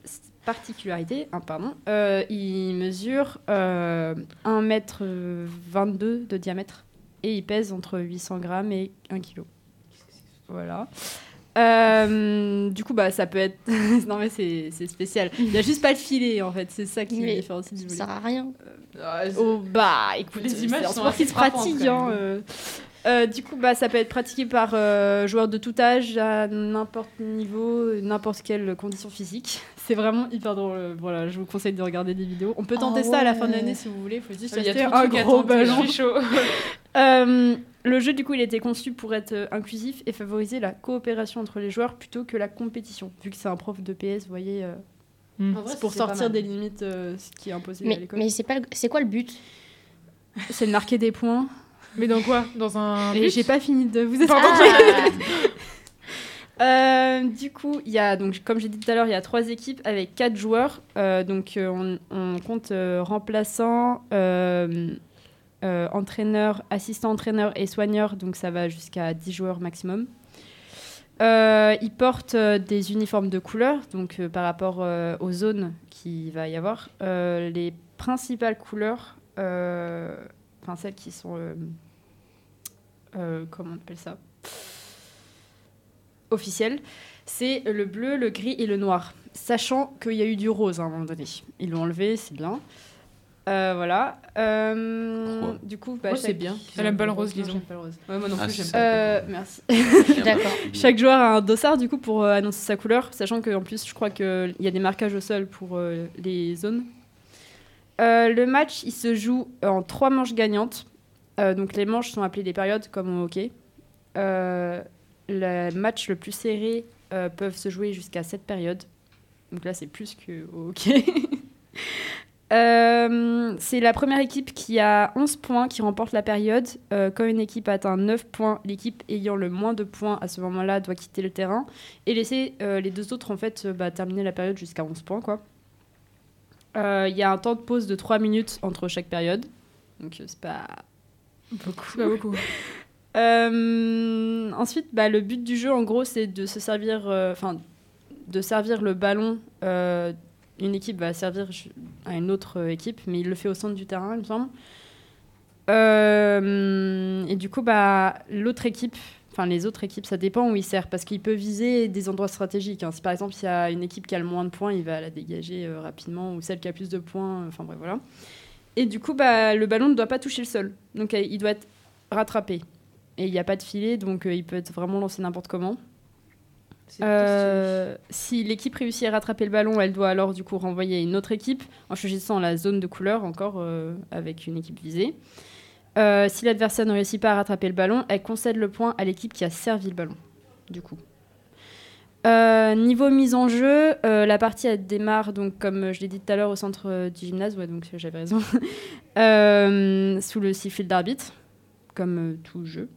Speaker 5: particularité. hein, pardon. Euh, il mesure euh, 1,22 m de diamètre et il pèse entre 800 grammes et 1 kg. Voilà. Euh, du coup, bah, ça peut être. non, mais c'est c'est spécial. Il n'y a juste pas de filet, en fait. C'est ça qui
Speaker 9: Mais
Speaker 5: différencie du
Speaker 9: Ça
Speaker 5: volley.
Speaker 9: sert à rien.
Speaker 8: Ah, c'est-
Speaker 5: Oh bah écoute,
Speaker 8: Les
Speaker 5: c'est
Speaker 8: images
Speaker 5: un
Speaker 8: sont
Speaker 5: sport
Speaker 8: assez
Speaker 5: qui se
Speaker 8: frappantes,
Speaker 5: pratique.
Speaker 8: quand
Speaker 5: hein,
Speaker 8: même.
Speaker 5: euh. Euh, du coup, bah, ça peut être pratiqué par euh, joueurs de tout âge, à n'importe niveau, n'importe quelle condition physique. C'est vraiment hyper drôle. euh, Voilà, je vous conseille de regarder des vidéos. On peut
Speaker 9: Ah
Speaker 5: tenter ça à la fin de
Speaker 9: ouais.
Speaker 5: l'année si vous voulez. Faut juste
Speaker 8: Ah, il y a
Speaker 5: acheter
Speaker 8: trop de
Speaker 5: un
Speaker 8: trucs à
Speaker 5: gros
Speaker 8: tenter. hein.
Speaker 5: ballon.
Speaker 8: Je suis
Speaker 7: chaud.
Speaker 5: Euh, le jeu, du coup, il a été conçu pour être euh, inclusif et favoriser la coopération entre les joueurs plutôt que la compétition. Vu que c'est un prof de PS, vous voyez, euh,
Speaker 8: En vrai,
Speaker 5: c'est pour
Speaker 8: c'est pas
Speaker 5: sortir
Speaker 8: mal.
Speaker 5: des limites, euh, ce qui est imposé à
Speaker 9: Mais,
Speaker 5: l'école.
Speaker 9: mais c'est pas le- c'est quoi le but
Speaker 5: C'est de marquer des points.
Speaker 7: Mais dans quoi Dans un.
Speaker 5: Et
Speaker 7: but
Speaker 5: j'ai pas fini de vous expliquer.
Speaker 7: Pardon.
Speaker 5: Euh, du coup, il y a donc comme j'ai dit tout à l'heure, il y a trois équipes avec quatre joueurs. Euh, donc euh, on, on compte euh, remplaçant, euh, euh, entraîneur, assistant entraîneur et soigneur. Donc ça va jusqu'à 10 joueurs maximum. Euh, ils portent euh, des uniformes de couleur, donc euh, par rapport euh, aux zones qu'il va y avoir. Euh, les principales couleurs, euh, enfin celles qui sont, euh, euh, comment on appelle ça officiel, c'est le bleu, le gris et le noir. Sachant qu'il y a eu du rose hein, à un moment donné. Ils l'ont enlevé, c'est bien. Euh, voilà. Euh,
Speaker 1: Pourquoi
Speaker 5: du coup, bah,
Speaker 8: Rose, c'est
Speaker 5: chaque-
Speaker 8: bien.
Speaker 7: Elle aime pas le rose,
Speaker 5: Non,
Speaker 7: disons.
Speaker 5: j'aime pas le rose.
Speaker 8: Ouais, moi non plus,
Speaker 1: Ah,
Speaker 8: j'aime
Speaker 1: c'est
Speaker 8: pas.
Speaker 5: Euh, merci.
Speaker 9: D'accord.
Speaker 1: Mmh.
Speaker 5: Chaque joueur a un dossard du coup pour euh, annoncer sa couleur, sachant qu'en plus je crois qu'il y a des marquages au sol pour euh, les zones. Euh, le match il se joue euh, en trois manches gagnantes. Euh, donc les manches sont appelées des périodes comme au hockey. Euh, le match le plus serré euh, peuvent se jouer jusqu'à sept périodes. Donc là c'est plus qu'au hockey. Euh, c'est la première équipe qui a 11 points qui remporte la période. Euh, quand une équipe atteint 9 points, l'équipe ayant le moins de points à ce moment-là doit quitter le terrain et laisser euh, les deux autres en fait euh, bah, terminer la période jusqu'à 11 points. quoi. Euh, Il y a un temps de pause de 3 minutes entre chaque période. Donc euh, c'est pas
Speaker 7: Beaucoup. Pas beaucoup.
Speaker 5: euh, ensuite, bah, le but du jeu, en gros, c'est de se servir, euh, enfin, de servir le ballon. euh, une équipe va servir ju- à une autre euh, équipe, mais il le fait au centre du terrain, il me semble. Euh, et du coup, bah, l'autre équipe, enfin les autres équipes, ça dépend où il sert, parce qu'il peut viser des endroits stratégiques. hein. Si par exemple il y a une équipe qui a le moins de points, il va la dégager euh, rapidement, ou celle qui a plus de points. Enfin bref, voilà. Et du coup, bah, le ballon ne doit pas toucher le sol, donc euh, il doit être rattrapé. Et il n'y a pas de filet, donc euh, il peut être vraiment lancé n'importe comment.
Speaker 8: C'est
Speaker 5: Euh, si l'équipe réussit à rattraper le ballon, elle doit alors du coup renvoyer une autre équipe en choisissant la zone de couleur encore euh, avec une équipe visée. Euh, si l'adversaire ne réussit pas à rattraper le ballon, elle concède le point à l'équipe qui a servi le ballon. Du coup. Euh, niveau mise en jeu, euh, la partie elle démarre donc comme je l'ai dit tout à l'heure au centre euh, du gymnase, ouais donc j'avais raison, Euh, sous le sifflet d'arbitre, comme euh, tout jeu.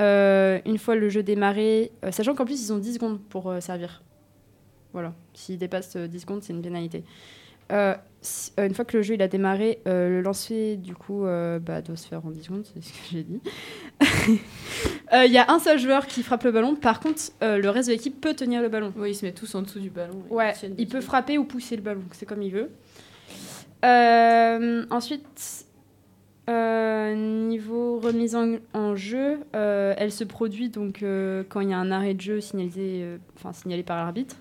Speaker 5: Euh, une fois le jeu démarré, euh, sachant qu'en plus ils ont 10 secondes pour euh, servir. Voilà, s'ils dépassent euh, 10 secondes, c'est une pénalité. euh, si- euh, une fois que le jeu il a démarré, euh, le lancer du coup euh, bah, doit se faire en 10 secondes, c'est ce que j'ai dit. Euh, Il y a un seul joueur qui frappe le ballon, par contre euh, le reste de l'équipe peut tenir le ballon.
Speaker 8: Ouais, ils se mettent tous en dessous du ballon. et
Speaker 5: Ouais,
Speaker 8: ils tiennent
Speaker 5: il
Speaker 8: dessus.
Speaker 5: peut frapper ou pousser le ballon, c'est comme il veut. Euh, ensuite, euh, niveau remise en, en jeu, euh, elle se produit donc euh, quand il y a un arrêt de jeu signalisé, euh, enfin signalé par l'arbitre.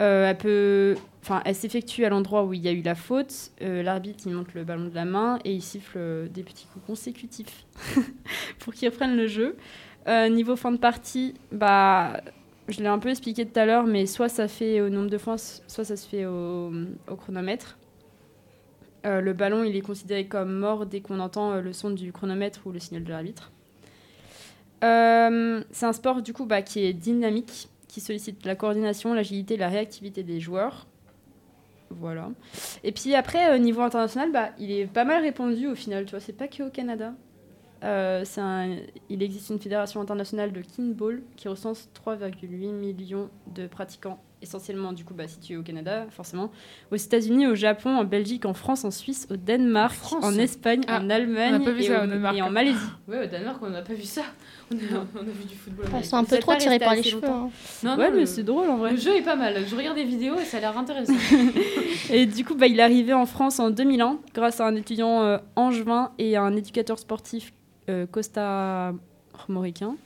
Speaker 5: Euh, elle peut, enfin, elle s'effectue à l'endroit où il y a eu la faute. Euh, l'arbitre il monte le ballon de la main et il siffle euh, des petits coups consécutifs pour qu'ils reprennent le jeu. Euh, niveau fin de partie, bah je l'ai un peu expliqué tout à l'heure, mais soit ça fait au nombre de fois, soit ça se fait au, au chronomètre. Euh, le ballon, il est considéré comme mort dès qu'on entend euh, le son du chronomètre ou le signal de l'arbitre. Euh, c'est un sport du coup bah, qui est dynamique, qui sollicite la coordination, l'agilité, la réactivité des joueurs. Voilà. Et puis après, au niveau international, bah, il est pas mal répandu au final. Tu vois, c'est pas que au Canada. Euh, c'est un- il existe une fédération internationale de kinball qui recense 3,8 millions de pratiquants, essentiellement du coup bah, situés au Canada, forcément, aux États-Unis, au Japon, en Belgique, en France, en Suisse, au
Speaker 7: En
Speaker 5: Danemark,
Speaker 7: France
Speaker 5: en Espagne,
Speaker 7: Ah,
Speaker 5: en Allemagne
Speaker 7: on a pas vu
Speaker 5: et,
Speaker 7: ça
Speaker 5: au-
Speaker 7: au Danemark.
Speaker 5: et en Malaisie.
Speaker 8: Ouais, au Danemark, on n'a pas vu ça. On a, on a vu du football.
Speaker 9: Ils
Speaker 8: américain.
Speaker 9: sont un
Speaker 5: Vous
Speaker 9: peu
Speaker 5: êtes
Speaker 9: trop
Speaker 5: pas
Speaker 9: tirés par les
Speaker 5: restés assez
Speaker 9: cheveux. hein.
Speaker 5: ouais,
Speaker 8: Non, non,
Speaker 5: mais
Speaker 8: le-
Speaker 5: c'est drôle en vrai.
Speaker 8: Le jeu est pas mal. Je regarde des vidéos et ça a l'air intéressant.
Speaker 5: Et du coup, bah, il est arrivé en France en 2001 grâce à un étudiant euh, angevin et à un éducateur sportif euh, costa-moricain.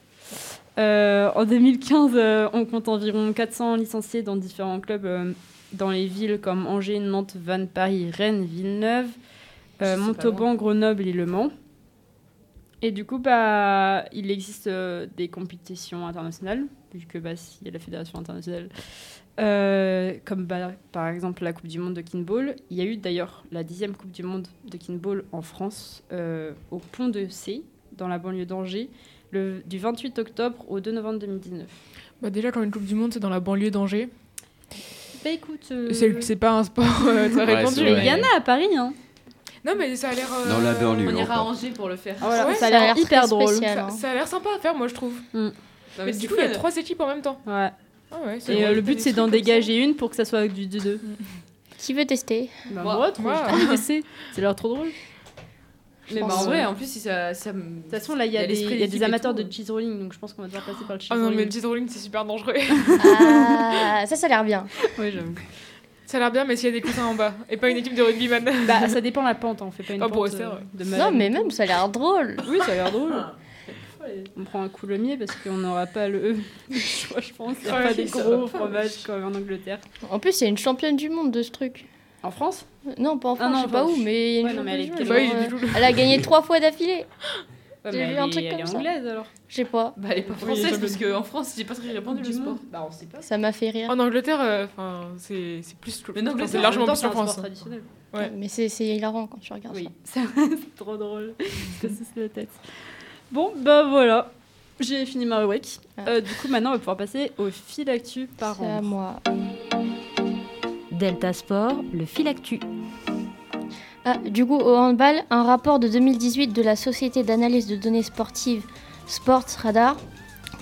Speaker 5: Euh, en 2015, euh, on compte environ 400 licenciés dans différents clubs euh, dans les villes comme Angers, Nantes, Vannes, Paris, Rennes, Villeneuve, euh,
Speaker 8: C'est pas
Speaker 5: Montauban, Grenoble et Le Mans. Et du coup, bah, il existe euh, des compétitions internationales, puisque bah, s'il y a la Fédération internationale euh, comme bah, par exemple la Coupe du Monde de Kinball. Il y a eu d'ailleurs la dixième Coupe du Monde de Kinball en France, euh, au Pont de C, dans la banlieue d'Angers, le- du 28 octobre au 2 novembre 2019.
Speaker 7: Bah déjà, quand une Coupe du Monde, c'est dans la banlieue d'Angers.
Speaker 5: Bah écoute,
Speaker 7: C'est c'est pas un sport euh, très
Speaker 1: Ouais,
Speaker 7: répandu.
Speaker 1: c'est vrai.
Speaker 5: il y en a à Paris. Hein.
Speaker 7: Non, mais ça a l'air. euh,
Speaker 1: Dans la banlieue.
Speaker 8: on ira à
Speaker 1: encore.
Speaker 8: Angers pour le faire.
Speaker 5: Ah, Voilà,
Speaker 7: Ouais,
Speaker 5: ça a
Speaker 9: ça a
Speaker 5: l'air
Speaker 9: l'air
Speaker 5: hyper
Speaker 9: très
Speaker 5: drôle.
Speaker 7: Ça,
Speaker 9: spécial.
Speaker 7: ça a l'air sympa à faire, moi, je trouve. mais
Speaker 8: Non, Ah, c'est
Speaker 7: du coup, il y a
Speaker 8: cool.
Speaker 7: trois équipes en même temps.
Speaker 5: Ouais.
Speaker 7: Ah ouais, c'est
Speaker 5: Et euh,
Speaker 7: drôle.
Speaker 5: le but, c'est d'en dégager une pour que ça soit avec du 2-2.
Speaker 9: Qui veut tester
Speaker 5: Bah,
Speaker 8: Moi.
Speaker 5: moi, trop, j'ai
Speaker 7: Moi.
Speaker 5: trop envie d'essayer. C'est l'air trop drôle.
Speaker 8: Mais bah, en
Speaker 9: pense,
Speaker 8: vrai,
Speaker 9: euh,
Speaker 8: en plus, si ça. ça me-
Speaker 5: De toute façon, là, il y a, des,
Speaker 8: l'esprit Ah,
Speaker 5: il y a des
Speaker 8: d'équipe et
Speaker 5: amateurs
Speaker 8: tout.
Speaker 5: de cheese rolling, donc je pense qu'on va devoir passer par le cheese
Speaker 7: Ah non, mais
Speaker 5: rolling.
Speaker 7: le cheese rolling, c'est super dangereux.
Speaker 9: Ah, ça, ça a l'air bien.
Speaker 5: Ouais, j'avoue.
Speaker 7: ça a l'air bien, mais s'il y a des coussins en bas et pas une équipe de rugbyman.
Speaker 5: bah, ça dépend la pente, hein, on fait pas une
Speaker 7: Ah, bon,
Speaker 5: pente
Speaker 7: ça,
Speaker 5: euh,
Speaker 7: ouais.
Speaker 5: de
Speaker 9: Non,
Speaker 5: malade
Speaker 9: mais
Speaker 5: non plus.
Speaker 9: même, ça a l'air drôle.
Speaker 5: Oui, ça a l'air drôle. On prend un coup le mier parce qu'on n'aura pas le E. je pense qu'il n'y a
Speaker 7: Ouais,
Speaker 5: pas des
Speaker 7: ça
Speaker 5: gros fromages comme en Angleterre.
Speaker 9: En plus, c'est une championne du monde de ce truc.
Speaker 5: En France
Speaker 9: Non, pas en France,
Speaker 5: Ah non,
Speaker 9: je sais pas
Speaker 5: enfin,
Speaker 9: où, mais il y a
Speaker 5: ouais,
Speaker 9: une
Speaker 5: non, mais elle est
Speaker 9: championne du
Speaker 7: quelle-
Speaker 9: monde,
Speaker 7: Bah oui,
Speaker 9: genre, euh, Elle a gagné trois fois d'affilée.
Speaker 5: ouais,
Speaker 9: J'ai
Speaker 5: mais
Speaker 9: vu
Speaker 5: elle
Speaker 9: un
Speaker 5: est-
Speaker 9: truc
Speaker 5: elle
Speaker 9: comme
Speaker 5: est
Speaker 9: ça.
Speaker 5: anglaise alors.
Speaker 9: Je sais pas.
Speaker 8: Bah, elle est pas
Speaker 7: Oui,
Speaker 8: française
Speaker 7: ça
Speaker 8: parce qu'en France, c'est pas très répandu le
Speaker 5: Du
Speaker 8: sport.
Speaker 5: monde.
Speaker 8: Bah, on sait pas.
Speaker 9: Ça m'a fait rire.
Speaker 7: En Angleterre, euh, enfin, c'est c'est plus.
Speaker 8: Mais non,
Speaker 7: enfin,
Speaker 8: mais
Speaker 7: c'est largement plus en France. hein.
Speaker 5: traditionnel.
Speaker 7: ouais.
Speaker 9: Mais c'est c'est hilarant quand tu regardes
Speaker 5: Oui,
Speaker 9: ça.
Speaker 5: c'est c'est trop drôle. Ça se la tête. Bon, bah voilà. J'ai fini ma rubrique.
Speaker 9: Ah.
Speaker 5: Euh, du coup, maintenant, on va pouvoir passer au fil actu par
Speaker 9: C'est à
Speaker 5: an.
Speaker 9: moi.
Speaker 2: Delta Sport, le fil actu.
Speaker 9: Ah, du coup, au handball, un rapport de 2018 de la Société d'analyse de données sportives Sports Radar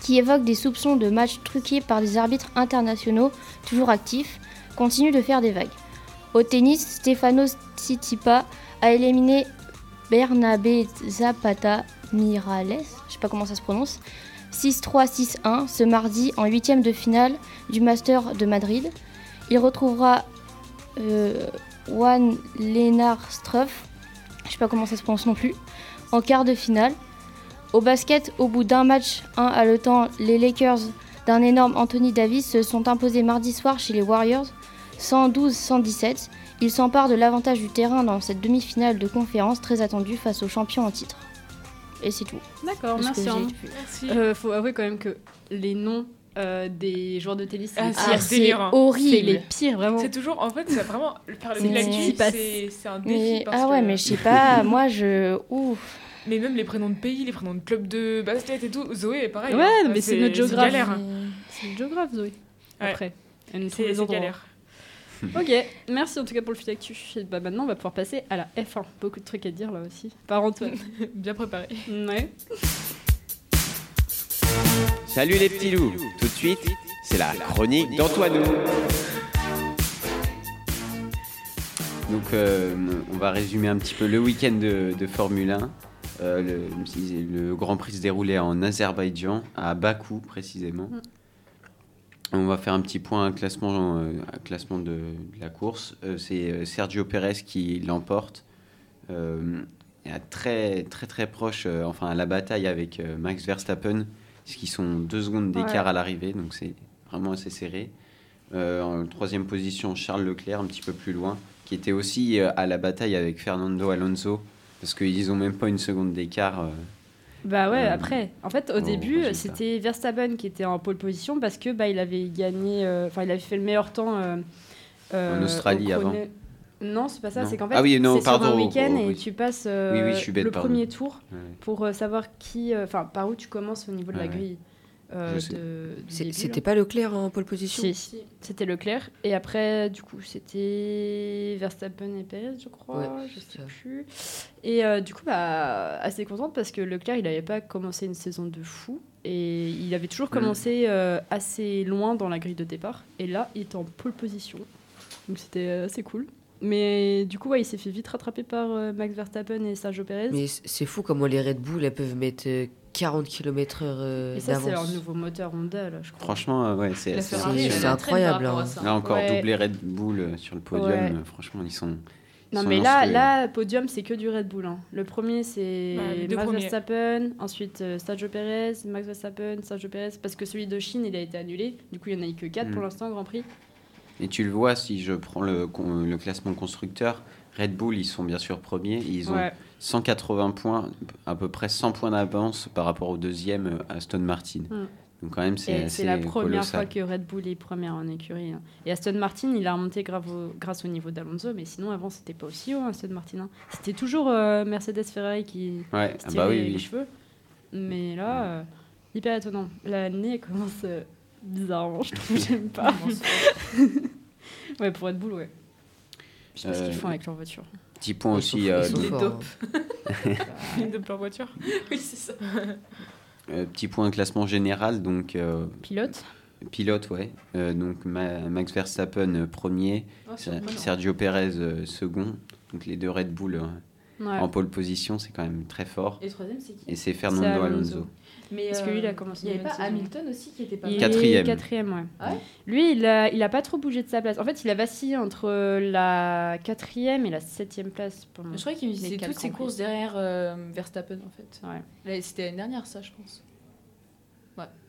Speaker 9: qui évoque des soupçons de matchs truqués par des arbitres internationaux toujours actifs continue de faire des vagues. Au tennis, Stefano Tsitsipa a éliminé Bernabé Zapata Mirales, je sais pas comment ça se prononce, 6-3-6-1 ce mardi en huitième de finale du Master de Madrid. Il retrouvera euh, Juan Lennart Struff, je sais pas comment ça se prononce non plus, en quart de finale. Au basket, au bout d'un match, un à le temps, les Lakers d'un énorme Anthony Davis se sont imposés mardi soir chez les Warriors, 112-117. Ils s'emparent de l'avantage du terrain dans cette demi-finale de conférence très attendue face aux champions en titre. Et c'est tout.
Speaker 5: D'accord,
Speaker 9: Parce que
Speaker 5: merci.
Speaker 9: j'ai-
Speaker 5: hein.
Speaker 7: Merci.
Speaker 5: Euh, faut avouer quand même que les noms euh, des joueurs de tennis,
Speaker 7: Ah,
Speaker 5: les
Speaker 7: c'est
Speaker 5: pires.
Speaker 9: Ah, c'est
Speaker 7: délirant.
Speaker 5: c'est
Speaker 9: horrible.
Speaker 5: les pires, vraiment.
Speaker 7: C'est toujours, en fait, c'est vraiment. Par le
Speaker 9: Mais-
Speaker 7: l'actu,
Speaker 5: Qui passe.
Speaker 7: c'est c'est un défi.
Speaker 9: Mais-
Speaker 7: parce
Speaker 9: ah ouais,
Speaker 7: que-
Speaker 9: mais je sais pas, moi je. Ouf.
Speaker 7: Mais même les prénoms de pays, les prénoms de clubs de basket et tout, Zoé est pareil.
Speaker 5: Ouais,
Speaker 7: hein.
Speaker 5: mais c'est notre géographie.
Speaker 7: galère. hein.
Speaker 5: C'est une géographe, Zoé.
Speaker 7: Ouais.
Speaker 5: Après. Elle nous trouve
Speaker 7: C'est
Speaker 5: les
Speaker 7: c'est
Speaker 5: endroits.
Speaker 7: galère.
Speaker 5: Ok, merci en tout cas pour le fil actu. Et bah maintenant, on va pouvoir passer à la F1. Beaucoup de trucs à dire là aussi. Par Antoine.
Speaker 7: Bien préparé.
Speaker 5: ouais.
Speaker 1: Salut les petits loups. Tout de suite, c'est la chronique d'Antoine. Donc, euh, on va résumer un petit peu le week-end de, de Formule 1. Euh, le, le Grand Prix se déroulait en Azerbaïdjan, à Bakou précisément. On va faire un petit point un classement, euh, un classement de, de la course. Euh, C'est euh, Sergio Pérez qui l'emporte. Euh, à très très très proche, euh, enfin à la bataille avec euh, Max Verstappen, puisqu'ils sont deux secondes d'écart à l'arrivée, donc c'est vraiment assez serré. Euh, en troisième position, Charles Leclerc, un petit peu plus loin, qui était aussi euh, à la bataille avec Fernando Alonso, parce qu'ils ont même pas une seconde d'écart. euh.
Speaker 5: Bah ouais,
Speaker 1: Euh,
Speaker 5: après, en fait, au
Speaker 1: bon,
Speaker 5: début,
Speaker 1: résultat.
Speaker 5: c'était Verstappen qui était en pole position parce que bah, il avait gagné, euh, enfin, il avait fait le meilleur temps euh, euh,
Speaker 1: En Australie,
Speaker 5: au chrono-
Speaker 1: avant.
Speaker 5: Non, c'est pas ça,
Speaker 1: Non.
Speaker 5: c'est qu'en fait,
Speaker 1: Ah oui, non,
Speaker 5: c'est sur
Speaker 1: pardon,
Speaker 5: un
Speaker 1: oh,
Speaker 5: week-end
Speaker 1: oh,
Speaker 5: et
Speaker 1: oui.
Speaker 5: tu passes euh,
Speaker 1: Oui, oui, je suis bête,
Speaker 5: le
Speaker 1: pardon.
Speaker 5: premier tour
Speaker 1: Ouais.
Speaker 5: pour euh, savoir qui, euh, enfin, par où tu commences au niveau de la
Speaker 1: Ouais, ouais.
Speaker 5: grille. euh,
Speaker 1: Je sais.
Speaker 5: de- du
Speaker 6: C'est-
Speaker 5: début,
Speaker 6: C'était
Speaker 5: là.
Speaker 6: pas Leclerc en pole position
Speaker 5: Si, si, c'était Leclerc. Et après, du coup, c'était Verstappen et Perez, je crois.
Speaker 6: Ouais,
Speaker 5: je sais
Speaker 6: ça.
Speaker 5: plus. Et euh, du coup, bah, assez contente parce que Leclerc, il n'avait pas commencé une saison de fou. Et il avait
Speaker 6: Mm.
Speaker 5: toujours commencé euh, assez loin dans la grille de départ. Et là, il était en pole position. Donc c'était euh, assez cool. Mais du coup, ouais, il s'est fait vite rattraper par euh, Max Verstappen et Sergio Perez.
Speaker 6: Mais c- c'est fou comment les Red Bull elles peuvent mettre euh, 40 km/h euh,
Speaker 5: et ça, c'est leur
Speaker 6: d'avance.
Speaker 5: nouveau moteur Honda, là, je crois.
Speaker 1: Franchement, euh, ouais, c'est
Speaker 8: La
Speaker 1: assez-
Speaker 8: Ferrari,
Speaker 6: c'est
Speaker 8: elle est en train de
Speaker 6: incroyable,
Speaker 8: par rapport
Speaker 6: hein.
Speaker 8: à ça.
Speaker 1: Là encore,
Speaker 5: Ouais.
Speaker 1: doublé Red Bull euh, sur le podium.
Speaker 5: Ouais.
Speaker 1: euh, Franchement, ils sont. ils
Speaker 5: Non,
Speaker 1: sont
Speaker 5: mais là,
Speaker 1: monstrueux.
Speaker 5: là, podium, c'est que du Red Bull. hein. Le premier, c'est
Speaker 7: Ouais, Bah, les deux
Speaker 5: Max
Speaker 7: premiers.
Speaker 5: Verstappen, ensuite euh, Sergio Perez, Max Verstappen, Sergio Perez, parce que celui de Chine, il a été annulé. Du coup, il n'y en a eu que 4
Speaker 1: Mm.
Speaker 5: pour l'instant, Grand Prix.
Speaker 1: Et tu le vois, si je prends le, con- le classement constructeur, Red Bull, ils sont bien sûr premiers. et Ils ont
Speaker 5: Ouais.
Speaker 1: 180 points, à peu près 100 points d'avance par rapport au deuxième euh, Aston Martin.
Speaker 5: Mm.
Speaker 1: Donc, quand même, c'est
Speaker 5: Et
Speaker 1: assez
Speaker 5: c'est la première fois
Speaker 1: colossal.
Speaker 5: que Red Bull est première en écurie. hein. Et Aston Martin, il a remonté grave au- grâce au niveau d'Alonso, mais sinon, avant, c'était pas aussi haut, hein, Aston Martin. hein. C'était toujours euh, Mercedes Ferrari qui
Speaker 1: Ouais,
Speaker 5: se
Speaker 1: ah
Speaker 5: tirait
Speaker 1: bah oui, Mm.
Speaker 5: les
Speaker 1: oui.
Speaker 5: cheveux. Mais là, euh, hyper étonnant. L'année commence euh, bizarrement, je trouve, j'aime pas. Ouais, pour être boule, ouais. Je sais pas ce qu'ils
Speaker 1: Euh,
Speaker 5: font avec leur voiture.
Speaker 1: Petit point
Speaker 6: Ils
Speaker 1: aussi,
Speaker 6: sont-
Speaker 1: euh,
Speaker 6: ils sont
Speaker 1: donc,
Speaker 6: forts,
Speaker 8: dopes.
Speaker 6: hein.
Speaker 7: Ils dopent leur voiture.
Speaker 8: Oui, c'est ça.
Speaker 1: euh, petit point classement général. Donc, euh,
Speaker 5: Pilote
Speaker 1: pilote, ouais. Euh, donc, Ma- Max Verstappen, euh, premier.
Speaker 5: Ah,
Speaker 8: Oh,
Speaker 1: Ser-
Speaker 8: surprenant.
Speaker 1: Sergio Perez, euh, second. Donc, les deux Red Bull euh,
Speaker 5: Ouais.
Speaker 1: en pole position, c'est quand même très fort.
Speaker 8: Et le troisième, c'est qui
Speaker 1: Et c'est Fernando
Speaker 5: Alonso.
Speaker 1: Alonso.
Speaker 8: Mais
Speaker 5: Parce que
Speaker 8: euh,
Speaker 5: lui, il a commencé
Speaker 8: Il n'y
Speaker 5: une
Speaker 8: avait pas
Speaker 5: bonne saison.
Speaker 8: Hamilton aussi qui était pas
Speaker 5: Il
Speaker 8: mal.
Speaker 5: est
Speaker 1: Quatrième.
Speaker 5: quatrième, ouais.
Speaker 8: Ah ouais
Speaker 5: Lui, il a, il a pas trop bougé de sa place. En fait, il a vacillé entre euh, la quatrième et la septième place pour moi.
Speaker 8: Je crois qu'il
Speaker 5: Les
Speaker 8: faisait
Speaker 5: quatre
Speaker 8: toutes ses
Speaker 5: grands
Speaker 8: courses derrière euh, Verstappen en fait.
Speaker 5: Ouais.
Speaker 8: Là, C'était l'année dernière, ça, je pense.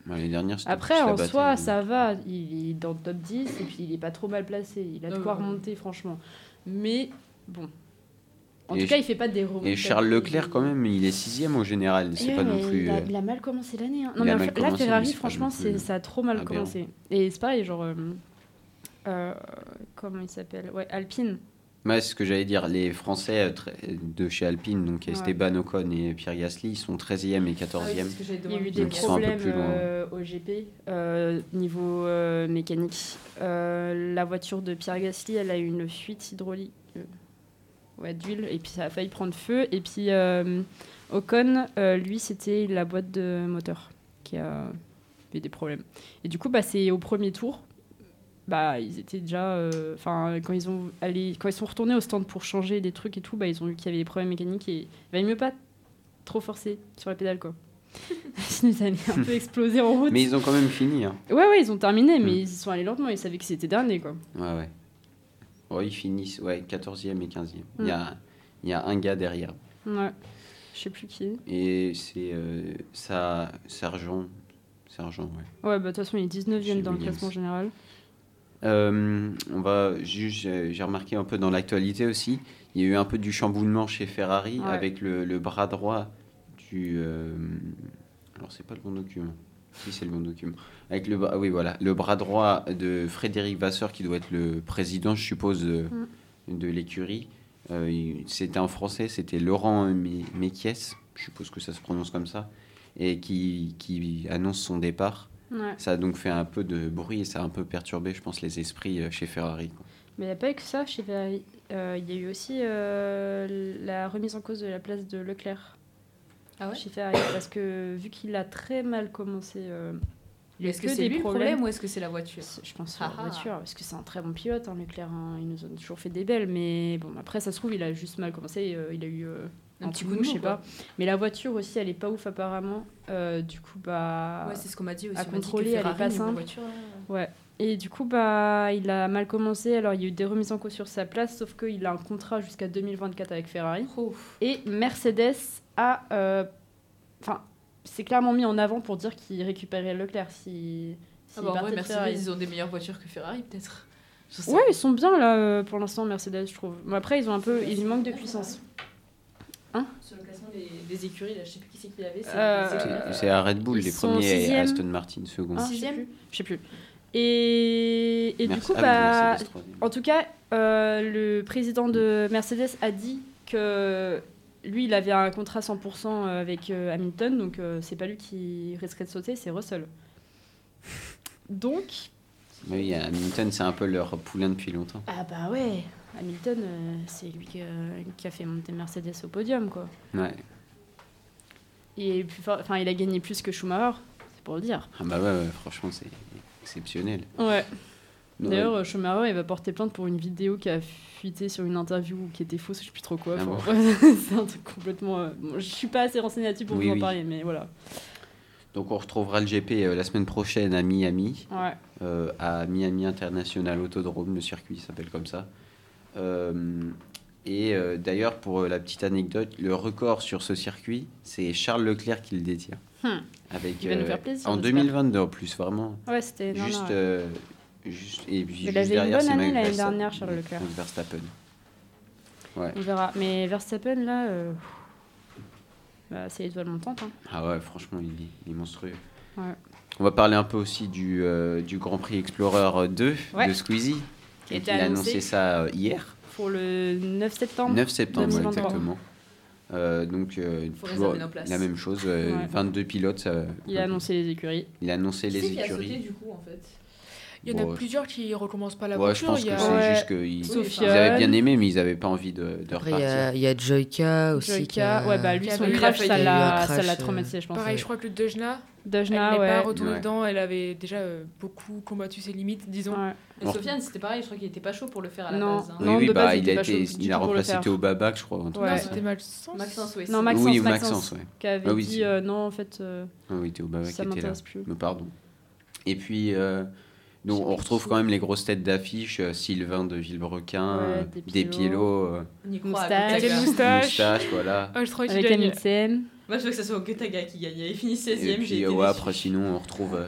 Speaker 1: Ouais, les dernières, c'était hein.
Speaker 5: Après,
Speaker 1: plus la
Speaker 5: en
Speaker 1: bataille.
Speaker 5: soi, ça va. Il est dans le top 10 et puis il est pas trop mal placé. Il a de
Speaker 8: Non,
Speaker 5: quoi
Speaker 8: non, non.
Speaker 5: remonter, franchement. Mais bon. En tout
Speaker 1: Et Ch-
Speaker 5: cas, il fait pas des remontées.
Speaker 1: Et Charles Leclerc, quand même, il est sixième au général. C'est
Speaker 5: Eh Ouais,
Speaker 1: pas non
Speaker 5: mais
Speaker 1: plus.
Speaker 5: Il a,
Speaker 1: euh,
Speaker 5: il a mal commencé l'année. hein. Non,
Speaker 1: il
Speaker 5: mais
Speaker 1: a
Speaker 5: en
Speaker 1: mal
Speaker 5: fait, là,
Speaker 1: commencé, mais
Speaker 5: Ferrari,
Speaker 1: c'est pas
Speaker 5: franchement,
Speaker 1: non plus, euh, ah,
Speaker 5: c'est- ça a trop mal
Speaker 1: aberrant.
Speaker 5: commencé. Et c'est pareil, genre. euh, euh, comment il s'appelle Ouais, Alpine.
Speaker 1: Ouais, c'est ce que j'allais dire. Les Français euh, très- de chez Alpine, donc
Speaker 5: Ouais.
Speaker 1: Esteban Ocon et Pierre Gasly, ils sont 13e et 14e.
Speaker 8: que j'avais
Speaker 5: Il y a eu
Speaker 8: demandé.
Speaker 5: des
Speaker 1: Donc, ils sont un peu
Speaker 5: problèmes
Speaker 1: plus loin.
Speaker 5: euh, au GP euh, niveau euh, mécanique. Euh, la voiture de Pierre Gasly, elle a eu une fuite hydraulique euh, ouais, d'huile et puis ça a failli prendre feu. Et puis euh, Ocon, euh, lui, c'était la boîte de moteur qui a eu des problèmes. Et du coup, bah, c'est au premier tour. Bah, ils étaient déjà, euh, enfin, quand ils ont allé, quand ils sont retournés au stand pour changer des trucs et tout, bah, ils ont vu qu'il y avait des problèmes mécaniques et il valait mieux pas trop forcer sur la pédale, quoi. Sinon, ils allaient un peu exploser en route.
Speaker 1: Mais ils ont quand même fini. hein.
Speaker 5: Ouais, ouais, ils ont terminé, mais
Speaker 1: Mm.
Speaker 5: ils y sont allés lentement. Ils savaient que c'était dernier, quoi.
Speaker 1: Ouais, ouais. Oh, ils finissent ouais, 14e et 15e. Il y, a, il y a un gars derrière.
Speaker 5: Ouais. Je sais plus qui.
Speaker 1: Et c'est euh, ça, Sergent. Sergent, ouais.
Speaker 5: Ouais, bah, de toute façon, il est 19ème
Speaker 1: Chez
Speaker 5: dans le
Speaker 1: Williams.
Speaker 5: classement général.
Speaker 1: Euh, on va juste, j'ai j'ai remarqué un peu dans l'actualité aussi, il y a eu un peu du chamboulement chez Ferrari
Speaker 5: Ouais.
Speaker 1: avec le, le bras droit du. euh, alors c'est pas le bon document. Si c'est le bon document. Avec le bras- ah oui voilà, le bras droit de Frédéric Vasseur qui doit être le président, je suppose, de, de l'écurie. Euh, il- c'était un Français, c'était Laurent Mé- Mekies, je suppose que ça se prononce comme ça, et qui, qui annonce son départ.
Speaker 5: Ouais.
Speaker 1: Ça a donc fait un peu de bruit et ça a un peu perturbé, je pense, les esprits euh, chez Ferrari. quoi.
Speaker 5: Mais il n'y a pas eu que ça chez Ferrari. Euh, Il y a eu aussi euh, la remise en cause de la place de Leclerc
Speaker 8: Ah ouais
Speaker 5: chez Ferrari. Parce que vu qu'il a très mal commencé euh,
Speaker 8: Est-ce que
Speaker 5: que
Speaker 8: c'est
Speaker 5: des
Speaker 8: lui le
Speaker 5: problèmes
Speaker 8: problème ou est-ce que c'est la voiture
Speaker 5: C'est- Je pense à la
Speaker 8: Ah ah.
Speaker 5: voiture, parce que c'est un très bon pilote, hein, Leclerc. hein, il nous a toujours fait des belles, mais bon, après, ça se trouve, il a juste mal commencé. euh, il a eu euh,
Speaker 8: Un petit coup de
Speaker 5: je sais
Speaker 8: mou, quoi.
Speaker 5: pas. Mais la voiture aussi, elle est pas ouf, apparemment. Euh, du coup, bah.
Speaker 8: Ouais, c'est ce qu'on m'a dit aussi.
Speaker 5: à
Speaker 8: on m'a dit que
Speaker 5: contrôler, elle est
Speaker 8: Ferrari,
Speaker 5: pas
Speaker 8: une
Speaker 5: simple.
Speaker 8: voiture, là,
Speaker 5: Et du coup, bah, il a mal commencé. Alors, il y a eu des remises en cause sur sa place, sauf qu'il a un contrat jusqu'à 2024 avec Ferrari. Et Mercedes a. euh, Enfin, c'est clairement mis en avant pour dire qu'il récupérait Leclerc si.
Speaker 8: Ah
Speaker 5: s'il
Speaker 8: bah, en
Speaker 5: partait
Speaker 8: vrai,
Speaker 5: de Ferrari.
Speaker 8: Mercedes, ils ont des meilleures voitures que Ferrari, peut-être. Je sais
Speaker 5: Ouais, ils sont bien là euh, pour l'instant, Mercedes, je trouve. Mais après, ils ont un peu. Ils manquent de puissance.
Speaker 8: Sur le classement des, des écuries, là, je sais plus qui c'est qui l'avait. c'est-
Speaker 5: Euh,
Speaker 8: c'est-
Speaker 1: C'est- C'est à Red Bull,
Speaker 5: ils
Speaker 1: les
Speaker 5: sont
Speaker 1: premiers, et
Speaker 5: sixième.
Speaker 1: Aston Martin, second.
Speaker 5: Ah, je sais
Speaker 8: Sixième
Speaker 5: plus. Je sais plus. Et, et du
Speaker 1: Merci-
Speaker 5: coup,
Speaker 1: ah oui,
Speaker 5: bah,
Speaker 1: Mercedes, troisième.
Speaker 5: en tout cas, euh, le président de Mercedes a dit que lui, il avait un contrat 100% avec euh, Hamilton, donc euh, c'est pas lui qui risquerait de sauter, c'est Russell. Donc,
Speaker 1: Mais oui, Hamilton, c'est un peu leur poulain depuis longtemps.
Speaker 5: ah bah ouais, Hamilton, euh, c'est lui qui, euh, qui a fait monter Mercedes au podium, quoi.
Speaker 1: Ouais.
Speaker 5: Et plus fort- enfin, il a gagné plus que Schumacher, c'est pour le dire.
Speaker 1: Ah bah ouais, ouais, franchement, c'est exceptionnel.
Speaker 5: Ouais.
Speaker 1: Non,
Speaker 5: D'ailleurs, euh, Schumacher, il va porter plainte pour une vidéo qui a fuité sur une interview qui était fausse, je sais plus trop quoi.
Speaker 1: Ah
Speaker 5: Enfin, c'est un truc complètement. euh, bon, je suis pas assez renseigné là-dessus pour
Speaker 1: Oui,
Speaker 5: vous en
Speaker 1: oui.
Speaker 5: parler, mais voilà.
Speaker 1: Donc on retrouvera le GP euh, la semaine prochaine à Miami,
Speaker 5: Ouais.
Speaker 1: euh, à Miami International Autodrome, le circuit s'appelle comme ça. Euh, et euh, d'ailleurs, pour euh, la petite anecdote, le record sur ce circuit, c'est Charles Leclerc qui le détient.
Speaker 5: Hmm.
Speaker 1: Avec, euh,
Speaker 5: Il va nous faire plaisir,
Speaker 1: en
Speaker 5: j'espère.
Speaker 1: 2022 en plus, vraiment.
Speaker 5: Ouais, c'était énorme.
Speaker 1: juste,
Speaker 5: ouais.
Speaker 1: euh, juste, et
Speaker 5: Il
Speaker 1: puis juste
Speaker 5: avait une
Speaker 1: derrière,
Speaker 5: bonne
Speaker 1: c'est
Speaker 5: année
Speaker 1: Max
Speaker 5: l'année
Speaker 1: Verstappen.
Speaker 5: dernière, Charles Leclerc.
Speaker 1: Max Verstappen.
Speaker 5: On verra. Mais Verstappen, là. euh, bah, c'est l'étoile montante. hein.
Speaker 1: Ah ouais, franchement, il est, il est monstrueux.
Speaker 5: Ouais.
Speaker 1: On va parler un peu aussi du, euh, du Grand Prix Explorer 2
Speaker 5: Ouais.
Speaker 1: de Squeezie.
Speaker 5: Qui a
Speaker 1: Donc,
Speaker 5: été
Speaker 1: il a
Speaker 5: annoncé.
Speaker 1: annoncé ça euh, hier,
Speaker 5: Pour le 9 septembre.
Speaker 1: 9 septembre
Speaker 5: 2023.
Speaker 1: exactement. Euh, donc, euh,
Speaker 8: Faut
Speaker 1: toujours
Speaker 8: réserver nos places.
Speaker 1: la même chose, euh,
Speaker 5: Ouais.
Speaker 1: 22 pilotes. ça-
Speaker 5: Il a annoncé les écuries.
Speaker 1: il a annoncé
Speaker 8: Qui c'est
Speaker 1: les
Speaker 8: qui a sauté
Speaker 1: écuries.
Speaker 8: du coup en fait
Speaker 7: Il y en a
Speaker 1: Bon, ouais.
Speaker 7: plusieurs qui recommencent pas la
Speaker 1: Ouais, je
Speaker 7: voiture.
Speaker 1: pense
Speaker 7: il y
Speaker 1: que
Speaker 7: a-
Speaker 1: c'est
Speaker 5: Ouais.
Speaker 1: juste qu'ils ils
Speaker 5: Sophia.
Speaker 1: avaient bien aimé, mais ils n'avaient pas envie de, de
Speaker 6: Après,
Speaker 1: repartir.
Speaker 6: il y a, il y a Joyka aussi. qui
Speaker 5: Joyka.
Speaker 6: a-
Speaker 5: Ouais, bah lui,
Speaker 7: qui a
Speaker 5: son
Speaker 7: failli-
Speaker 5: crash,
Speaker 7: il a
Speaker 5: ça
Speaker 7: failli-
Speaker 5: l'a
Speaker 6: le
Speaker 5: ça l'a
Speaker 1: euh,
Speaker 6: crash,
Speaker 5: traumatisé, je pense.
Speaker 7: Pareil,
Speaker 6: ouais.
Speaker 7: je crois que le Dejna,
Speaker 5: Dajna,
Speaker 7: elle n'est pas
Speaker 5: ouais.
Speaker 7: retournée
Speaker 1: Ouais.
Speaker 7: dedans. Elle avait déjà euh, beaucoup combattu ses limites, disons.
Speaker 5: Ouais.
Speaker 8: Et
Speaker 1: Bon.
Speaker 8: Sofiane, c'était pareil, je crois qu'il était pas chaud pour le faire à la
Speaker 5: Non.
Speaker 8: base. hein.
Speaker 1: Oui,
Speaker 5: Non,
Speaker 1: oui,
Speaker 5: de
Speaker 1: bah,
Speaker 5: base, il
Speaker 1: il
Speaker 5: était
Speaker 1: a
Speaker 5: pas chaud
Speaker 1: été,
Speaker 5: du tout
Speaker 1: il
Speaker 5: pour
Speaker 1: a
Speaker 5: le
Speaker 1: remplacé
Speaker 5: faire.
Speaker 1: Théo Babac, je crois. un truc
Speaker 5: Ouais.
Speaker 1: comme
Speaker 7: Non,
Speaker 1: ça.
Speaker 7: c'était Maxence.
Speaker 8: Maxence, oui.
Speaker 5: Non,
Speaker 8: c'est-
Speaker 5: Maxence,
Speaker 1: oui,
Speaker 5: Maxence.
Speaker 1: Maxence, ouais.
Speaker 5: Qui avait
Speaker 1: Ah oui,
Speaker 5: dit
Speaker 1: c'est-
Speaker 5: euh, non, en fait, euh,
Speaker 1: Ah oui, Théo Babac
Speaker 5: ça
Speaker 1: était là.
Speaker 5: m'intéresse plus.
Speaker 1: Mais pardon. Et puis, euh, donc, on retrouve quand même les grosses têtes d'affiche euh, Sylvain de Villebrequin,
Speaker 5: Ouais,
Speaker 1: euh,
Speaker 5: Despielo.
Speaker 1: Despielo, euh,
Speaker 8: On y croit,
Speaker 5: Moustache.
Speaker 8: Gotaga.
Speaker 7: Avec moustache.
Speaker 1: Moustache, voilà.
Speaker 7: Ah, je crois qu'il
Speaker 5: Avec
Speaker 7: gagnait.
Speaker 5: Hamilton.
Speaker 8: Moi, je veux que ça soit Gotaga qui gagnait. Il finit
Speaker 1: Et
Speaker 8: 16ème, j'ai
Speaker 1: puis,
Speaker 8: été
Speaker 1: euh, ouais,
Speaker 8: déçue.
Speaker 1: après, sinon, on retrouve euh,